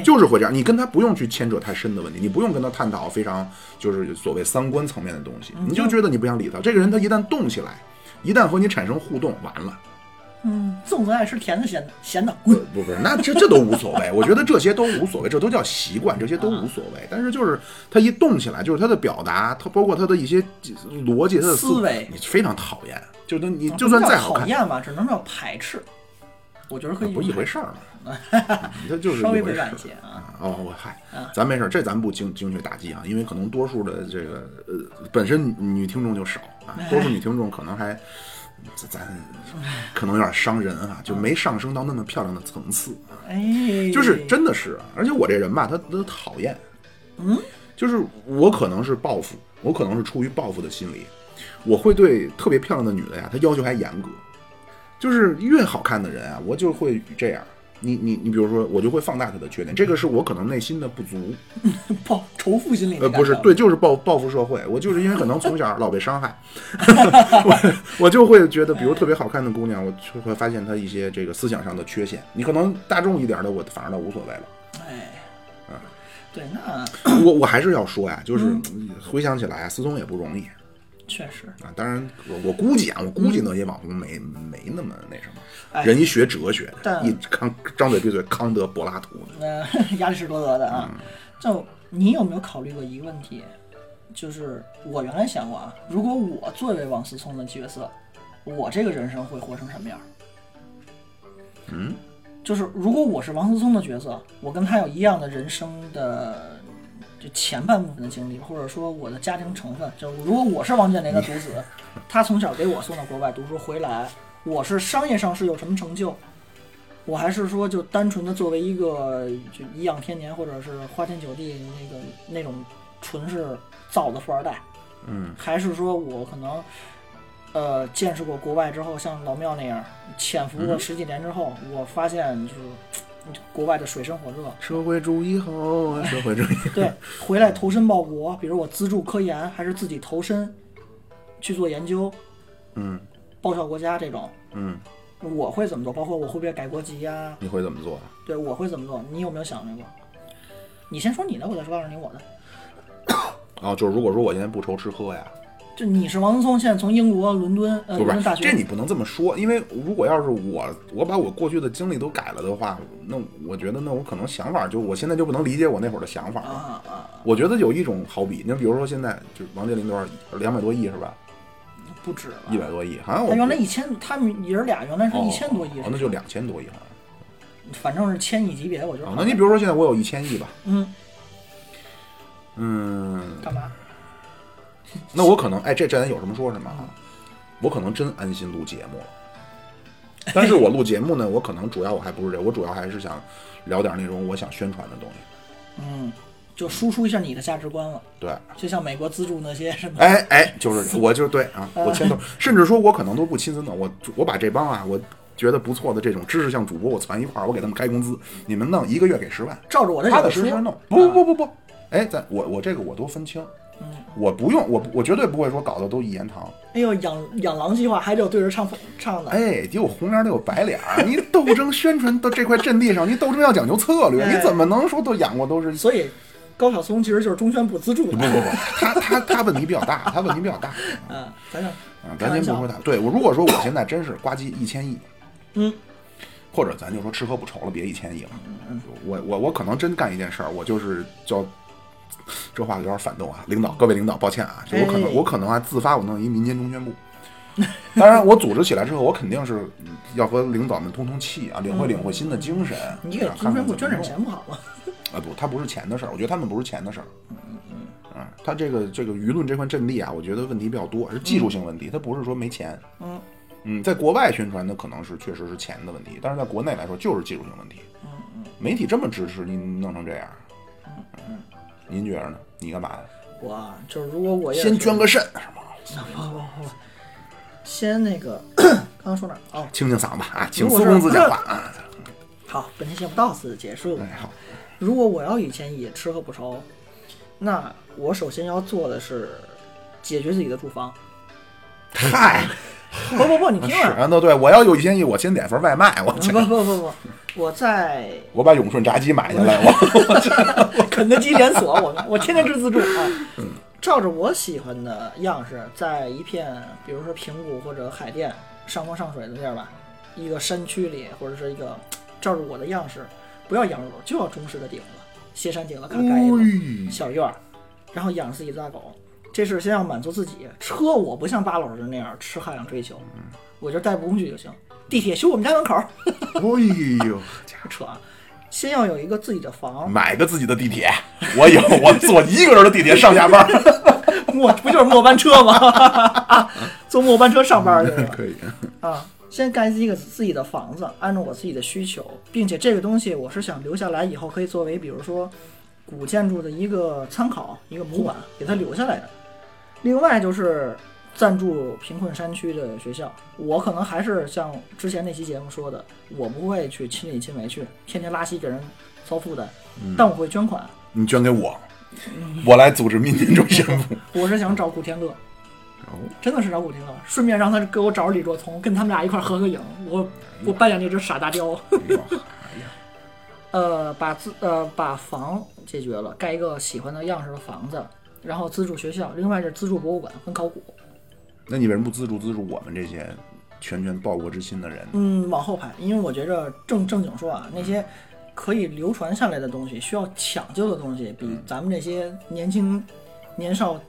[SPEAKER 1] 就是会这样。你跟他不用去牵扯太深的问题，你不用跟他探讨非常就是所谓三观层面的东西，
[SPEAKER 2] 嗯
[SPEAKER 1] 你就觉得你不想理他。这个人他一旦动起来，一旦和你产生互动，完了。
[SPEAKER 2] 嗯，粽子爱吃甜的咸的，咸的滚。
[SPEAKER 1] 不不是，那这这都无所谓，我觉得这些都无所谓，这都叫习惯，这些都无
[SPEAKER 2] 嗯
[SPEAKER 1] 所谓。但是就是他一动起来，就是他的表达，他包括他的一些逻辑，他的
[SPEAKER 2] 思维
[SPEAKER 1] 你非常讨厌。就是你就
[SPEAKER 2] 不
[SPEAKER 1] 算
[SPEAKER 2] 嗯叫
[SPEAKER 1] 再好
[SPEAKER 2] 讨
[SPEAKER 1] 看，啊
[SPEAKER 2] 厌吧，只能叫排斥。我觉得可以，
[SPEAKER 1] 不一回事儿嘛，他就是
[SPEAKER 2] 稍微
[SPEAKER 1] 一回
[SPEAKER 2] 被
[SPEAKER 1] 事儿
[SPEAKER 2] 外界啊。
[SPEAKER 1] 哦，我嗨，咱没事儿，这咱不精精确打击啊，因为可能多数的这个呃本身女听众就少啊，多数女听众可能还咱咱可能有点伤人啊，就没上升到那么漂亮的层次啊。
[SPEAKER 2] 哎，
[SPEAKER 1] 就是真的是，啊而且我这人吧，他他讨厌，嗯，就是我可能是报复，我可能是出于报复的心理，我会对特别漂亮的女的呀，她要求还严格，就是越好看的人啊，我就会这样。你你你，比如说，我就会放大她的缺点，这个是我可能内心的不足，
[SPEAKER 2] 报仇富心理的
[SPEAKER 1] 呃，
[SPEAKER 2] 感觉。
[SPEAKER 1] 不是，对，就是报报复社会。我就是因为可能从小老被伤害，我我就会觉得，比如特别好看的姑娘，我就会发现她一些这个思想上的缺陷。你可能大众一点的，我反而倒无所谓了。
[SPEAKER 2] 哎，
[SPEAKER 1] 嗯
[SPEAKER 2] 对，那
[SPEAKER 1] 我我还是要说呀，就是
[SPEAKER 2] 嗯
[SPEAKER 1] 回想起来，啊思聪也不容易
[SPEAKER 2] 确实，
[SPEAKER 1] 啊。当然，我我估计啊，我估计那些网红没没那么那什么，
[SPEAKER 2] 嗯哎
[SPEAKER 1] 人一学哲学的，
[SPEAKER 2] 但
[SPEAKER 1] 一康张嘴闭嘴康德柏拉图的。
[SPEAKER 2] 那亚里士多德的啊。就你有没有考虑过一个问题？就是我原来想过啊，如果我作为王思聪的角色，我这个人生会活成什么样？
[SPEAKER 1] 嗯，
[SPEAKER 2] 就是如果我是王思聪的角色，我跟他有一样的人生的就前半部分的经历，或者说我的家庭成分，就如果我是王健林的独子，他从小给我送到国外读书回来，我是商业上是有什么成就，我还是说就单纯的作为一个就颐养天年或者是花天酒地那个那种纯是造的富二代，
[SPEAKER 1] 嗯，
[SPEAKER 2] 还是说我可能呃见识过国外之后，像老庙那样潜伏
[SPEAKER 1] 嗯
[SPEAKER 2] 过十几年之后，我发现就是国外的水 深火热，
[SPEAKER 1] 社会主义后啊，社会主义。
[SPEAKER 2] 对，回来投身报国，比如我资助科研，还是自己投身去做研究，
[SPEAKER 1] 嗯
[SPEAKER 2] 报效国家这种，
[SPEAKER 1] 嗯，
[SPEAKER 2] 我会怎么做？包括我会不会改国籍呀、
[SPEAKER 1] 你会怎么做啊？
[SPEAKER 2] 对，我会怎么做？你有没有想过？你先说你的，我再说告诉你我的。
[SPEAKER 1] 啊，就是如果说我现在不愁吃喝呀，
[SPEAKER 2] 就你是王思聪，现在从英国伦敦呃
[SPEAKER 1] 不
[SPEAKER 2] 伦
[SPEAKER 1] 是
[SPEAKER 2] 敦大
[SPEAKER 1] 这
[SPEAKER 2] 学，
[SPEAKER 1] 你不能这么说，因为如果要是我我把我过去的经历都改了的话，那我觉得那我可能想法就我现在就不能理解我那会儿的想法
[SPEAKER 2] 啊
[SPEAKER 1] 了。
[SPEAKER 2] 啊啊，
[SPEAKER 1] 我觉得有一种好比，你比如说现在就是王健林多少亿，两百多亿是吧？
[SPEAKER 2] 不止了。
[SPEAKER 1] 一百多亿，好像我
[SPEAKER 2] 他啊原来一千，他们爷儿俩原来是
[SPEAKER 1] 哦
[SPEAKER 2] 一千多亿
[SPEAKER 1] 哦，那就两千多亿好像。
[SPEAKER 2] 反正是千亿级别，我觉得
[SPEAKER 1] 哦
[SPEAKER 2] 好，
[SPEAKER 1] 那
[SPEAKER 2] 像。
[SPEAKER 1] 你比如说现在我有一千亿吧，
[SPEAKER 2] 嗯，
[SPEAKER 1] 嗯，
[SPEAKER 2] 干嘛？
[SPEAKER 1] 那我可能哎，这这咱有什么说什么
[SPEAKER 2] 嗯
[SPEAKER 1] 啊？我可能真安心录节目了。但是我录节目呢，我可能主要我还不是这，我主要还是想聊点那种我想宣传的东西。
[SPEAKER 2] 嗯，就输出一下你的价值观了，
[SPEAKER 1] 对，
[SPEAKER 2] 就像美国资助那些什么。
[SPEAKER 1] 哎哎，就是我就是对啊，我 牵头，甚至说我可能都不亲自弄，我我把这帮啊，我觉得不错的这种知识向主播，我攒一块儿，我给他们开工资，你们弄一个月给十万，
[SPEAKER 2] 照着我的
[SPEAKER 1] 踏
[SPEAKER 2] 角
[SPEAKER 1] 踏
[SPEAKER 2] 度
[SPEAKER 1] 实
[SPEAKER 2] 说
[SPEAKER 1] 实弄，不不不不不，嗯哎，咱我我这个我都分清，我不用我我绝对不会说搞得都一言堂，
[SPEAKER 2] 哎呦，养养狼计划还得有对着唱唱的，
[SPEAKER 1] 哎，得有红脸儿得有白脸儿，你斗争宣传到这块阵地上，你斗争要讲究策略，
[SPEAKER 2] 哎
[SPEAKER 1] 你怎么能说都养过都是
[SPEAKER 2] 所以高晓松其实就是中宣部资助
[SPEAKER 1] 不
[SPEAKER 2] 的
[SPEAKER 1] 不。不，他他他问题比较大，他问题比较大。
[SPEAKER 2] 嗯，咱俩
[SPEAKER 1] 啊，
[SPEAKER 2] 开
[SPEAKER 1] 咱
[SPEAKER 2] 玩
[SPEAKER 1] 先
[SPEAKER 2] 笑
[SPEAKER 1] 不说他，对我如果说我现在真是呱唧一千亿，
[SPEAKER 2] 嗯，
[SPEAKER 1] 或者咱就说吃喝不愁了，别一千亿了。
[SPEAKER 2] 嗯
[SPEAKER 1] 我我我可能真干一件事儿，我就是叫这话有点反动啊，领导各位领导，抱歉啊，就我可能、
[SPEAKER 2] 哎
[SPEAKER 1] 我可能啊自发我弄一民间中宣部。当然，我组织起来之后，我肯定是嗯要和领导们通通气啊，领会领会新的精神。
[SPEAKER 2] 嗯你给
[SPEAKER 1] 啊
[SPEAKER 2] 中宣部
[SPEAKER 1] 看看怎么
[SPEAKER 2] 捐点
[SPEAKER 1] 弄
[SPEAKER 2] 钱不好吗？
[SPEAKER 1] 啊，不，它不是钱的事儿，我觉得他们不是钱的事儿。嗯啊，他这个这个舆论这块阵地啊，我觉得问题比较多，是技术性问题，它不是说没钱。
[SPEAKER 2] 嗯
[SPEAKER 1] 嗯，在国外宣传的可能是确实是钱的问题，但是在国内来说就是技术性问题。
[SPEAKER 2] 嗯
[SPEAKER 1] 媒体这么支持你弄成这样，嗯
[SPEAKER 2] 嗯
[SPEAKER 1] 您觉着呢？你干嘛呀？
[SPEAKER 2] 我啊就是如果我也是
[SPEAKER 1] 先捐个肾是吗？
[SPEAKER 2] 不不不，先那个 刚刚说哪儿？哦，
[SPEAKER 1] 清清嗓子啊，请
[SPEAKER 2] 如果
[SPEAKER 1] 司
[SPEAKER 2] 是
[SPEAKER 1] 公子讲话啊。
[SPEAKER 2] 好，本期节目到此结束。
[SPEAKER 1] 哎好，
[SPEAKER 2] 如果我要以前也吃喝不愁，那我首先要做的是解决自己的住房。
[SPEAKER 1] 嗨，
[SPEAKER 2] 不不不，你听
[SPEAKER 1] 是
[SPEAKER 2] 我，
[SPEAKER 1] 啊，那对我要有一千亿，我先点份外卖，我
[SPEAKER 2] 嗯不
[SPEAKER 1] 这
[SPEAKER 2] 不不不，我在
[SPEAKER 1] 我把永顺炸鸡买下来，我
[SPEAKER 2] 肯德基连锁，我我天天吃自助啊。
[SPEAKER 1] 嗯
[SPEAKER 2] 照着我喜欢的样式，在一片比如说平谷或者海淀上风上水的地儿吧，一个山区里或者是一个照着我的样式，不要羊肉，就要中式的顶子，歇山顶子，咔盖一个
[SPEAKER 1] 哎
[SPEAKER 2] 小院儿，然后养自己家狗。这是先要满足自己。车我不像巴老师那样吃汉量追求，我就代步工具就行。地铁修我们家门口儿，
[SPEAKER 1] 哎呦，
[SPEAKER 2] 扯啊！先要有一个自己的房，
[SPEAKER 1] 买个自己的地铁， 我有，我坐一个人的地铁上下班儿，
[SPEAKER 2] 末不就是末班车吗？ 坐末班车上班去 了
[SPEAKER 1] 可以，
[SPEAKER 2] 啊！先盖一个自己的房子，按照我自己的需求，并且这个东西我是想留下来以后可以作为，比如说古建筑的一个参考、一个模板，给它留下来的。另外就是赞助贫困山区的学校，我可能还是像之前那期节目说的，我不会去亲力亲为去天天拉稀给人遭负担，但我会捐款。
[SPEAKER 1] 你捐给我，我来组织民间中宣部。
[SPEAKER 2] 我是想找古天乐，
[SPEAKER 1] 哦
[SPEAKER 2] 真的是找古天乐，顺便让他给我找李若彤，跟他们俩一块儿合个影，我我扮演那只傻大雕。
[SPEAKER 1] 哎呦
[SPEAKER 2] 呃，把自呃把房解决了，盖一个喜欢的样式的房子，然后资助学校，另外是资助博物馆跟考古。
[SPEAKER 1] 那你为什么不资助资助我们这些拳拳报国之心的人呢？
[SPEAKER 2] 嗯，往后排，因为我觉着正正经说啊，那些可以流传下来的东西，需要抢救的东西，比咱们这些年轻年少呃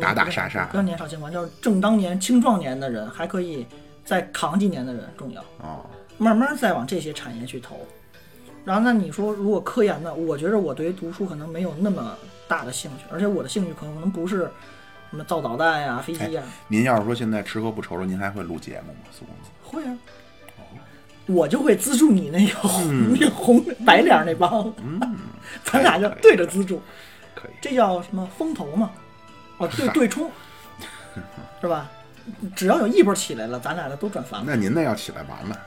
[SPEAKER 1] 打打杀杀
[SPEAKER 2] 不要年少轻狂，叫正当年青壮年的人，还可以再扛几年的人重要。
[SPEAKER 1] 啊，
[SPEAKER 2] 慢慢再往这些产业去投。然后那你说，如果科研呢？我觉着我对于读书可能没有那么大的兴趣，而且我的兴趣可能不是什么造导弹呀、飞机呀，
[SPEAKER 1] 您要是说现在吃喝不愁了，您还会录节目吗？苏公子，
[SPEAKER 2] 会啊，我就会资助你那个红、那红白脸那帮， 咱俩就对着资助，
[SPEAKER 1] 可以，
[SPEAKER 2] 这叫什么风投嘛？哦，对
[SPEAKER 1] 嗨
[SPEAKER 2] 对冲，是吧？只要有一波起来了，咱俩的都赚翻了。
[SPEAKER 1] 那您那要起来完了。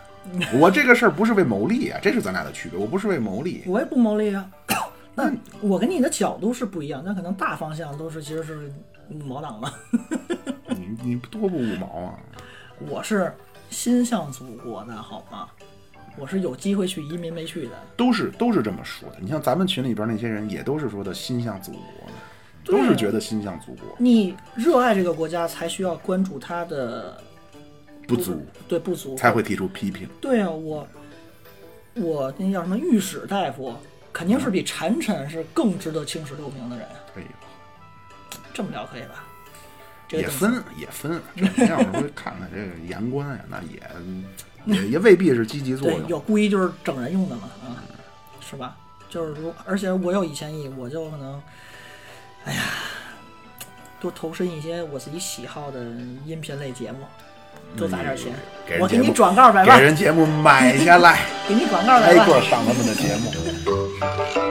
[SPEAKER 1] 我这个事儿不是为牟利啊，这是咱俩的区别。我不是为牟利，
[SPEAKER 2] 我也不牟利啊。那我跟你的角度是不一样，那可能大方向都是其实是五毛党嘛。
[SPEAKER 1] 你你多不五毛啊？
[SPEAKER 2] 我是心向祖国的好吗？我是有机会去移民没去的。
[SPEAKER 1] 都是都是这么说的。你像咱们群里边那些人，也都是说的心向祖国的，
[SPEAKER 2] 对
[SPEAKER 1] 都
[SPEAKER 2] 啊
[SPEAKER 1] 是觉得心向祖国
[SPEAKER 2] 你热爱这个国家，才需要关注它的
[SPEAKER 1] 不足，，
[SPEAKER 2] 对不足
[SPEAKER 1] 才会提出批评。
[SPEAKER 2] 对啊，我我那叫什么御史大夫，肯定是
[SPEAKER 1] 嗯
[SPEAKER 2] 比谗臣是更值得青史留名的人啊。
[SPEAKER 1] 哎呦，
[SPEAKER 2] 这么聊可以吧？这个
[SPEAKER 1] 也
[SPEAKER 2] 怎么
[SPEAKER 1] 分也分，啊这您要是说看看这个言官呀，那也也也未必是积极作
[SPEAKER 2] 对，
[SPEAKER 1] 用。
[SPEAKER 2] 有故意就是整人用的嘛，啊，是吧？就是如，而且我有一千亿，我就可能，哎呀，多投身一些我自己喜好的音频类节目，多砸点钱
[SPEAKER 1] 嗯给，人
[SPEAKER 2] 我给
[SPEAKER 1] 节
[SPEAKER 2] 你
[SPEAKER 1] 目
[SPEAKER 2] 转告百
[SPEAKER 1] 给
[SPEAKER 2] 万，
[SPEAKER 1] 人节目买下来，
[SPEAKER 2] 给你转告百
[SPEAKER 1] 挨
[SPEAKER 2] 万
[SPEAKER 1] 个。上咱们的节目。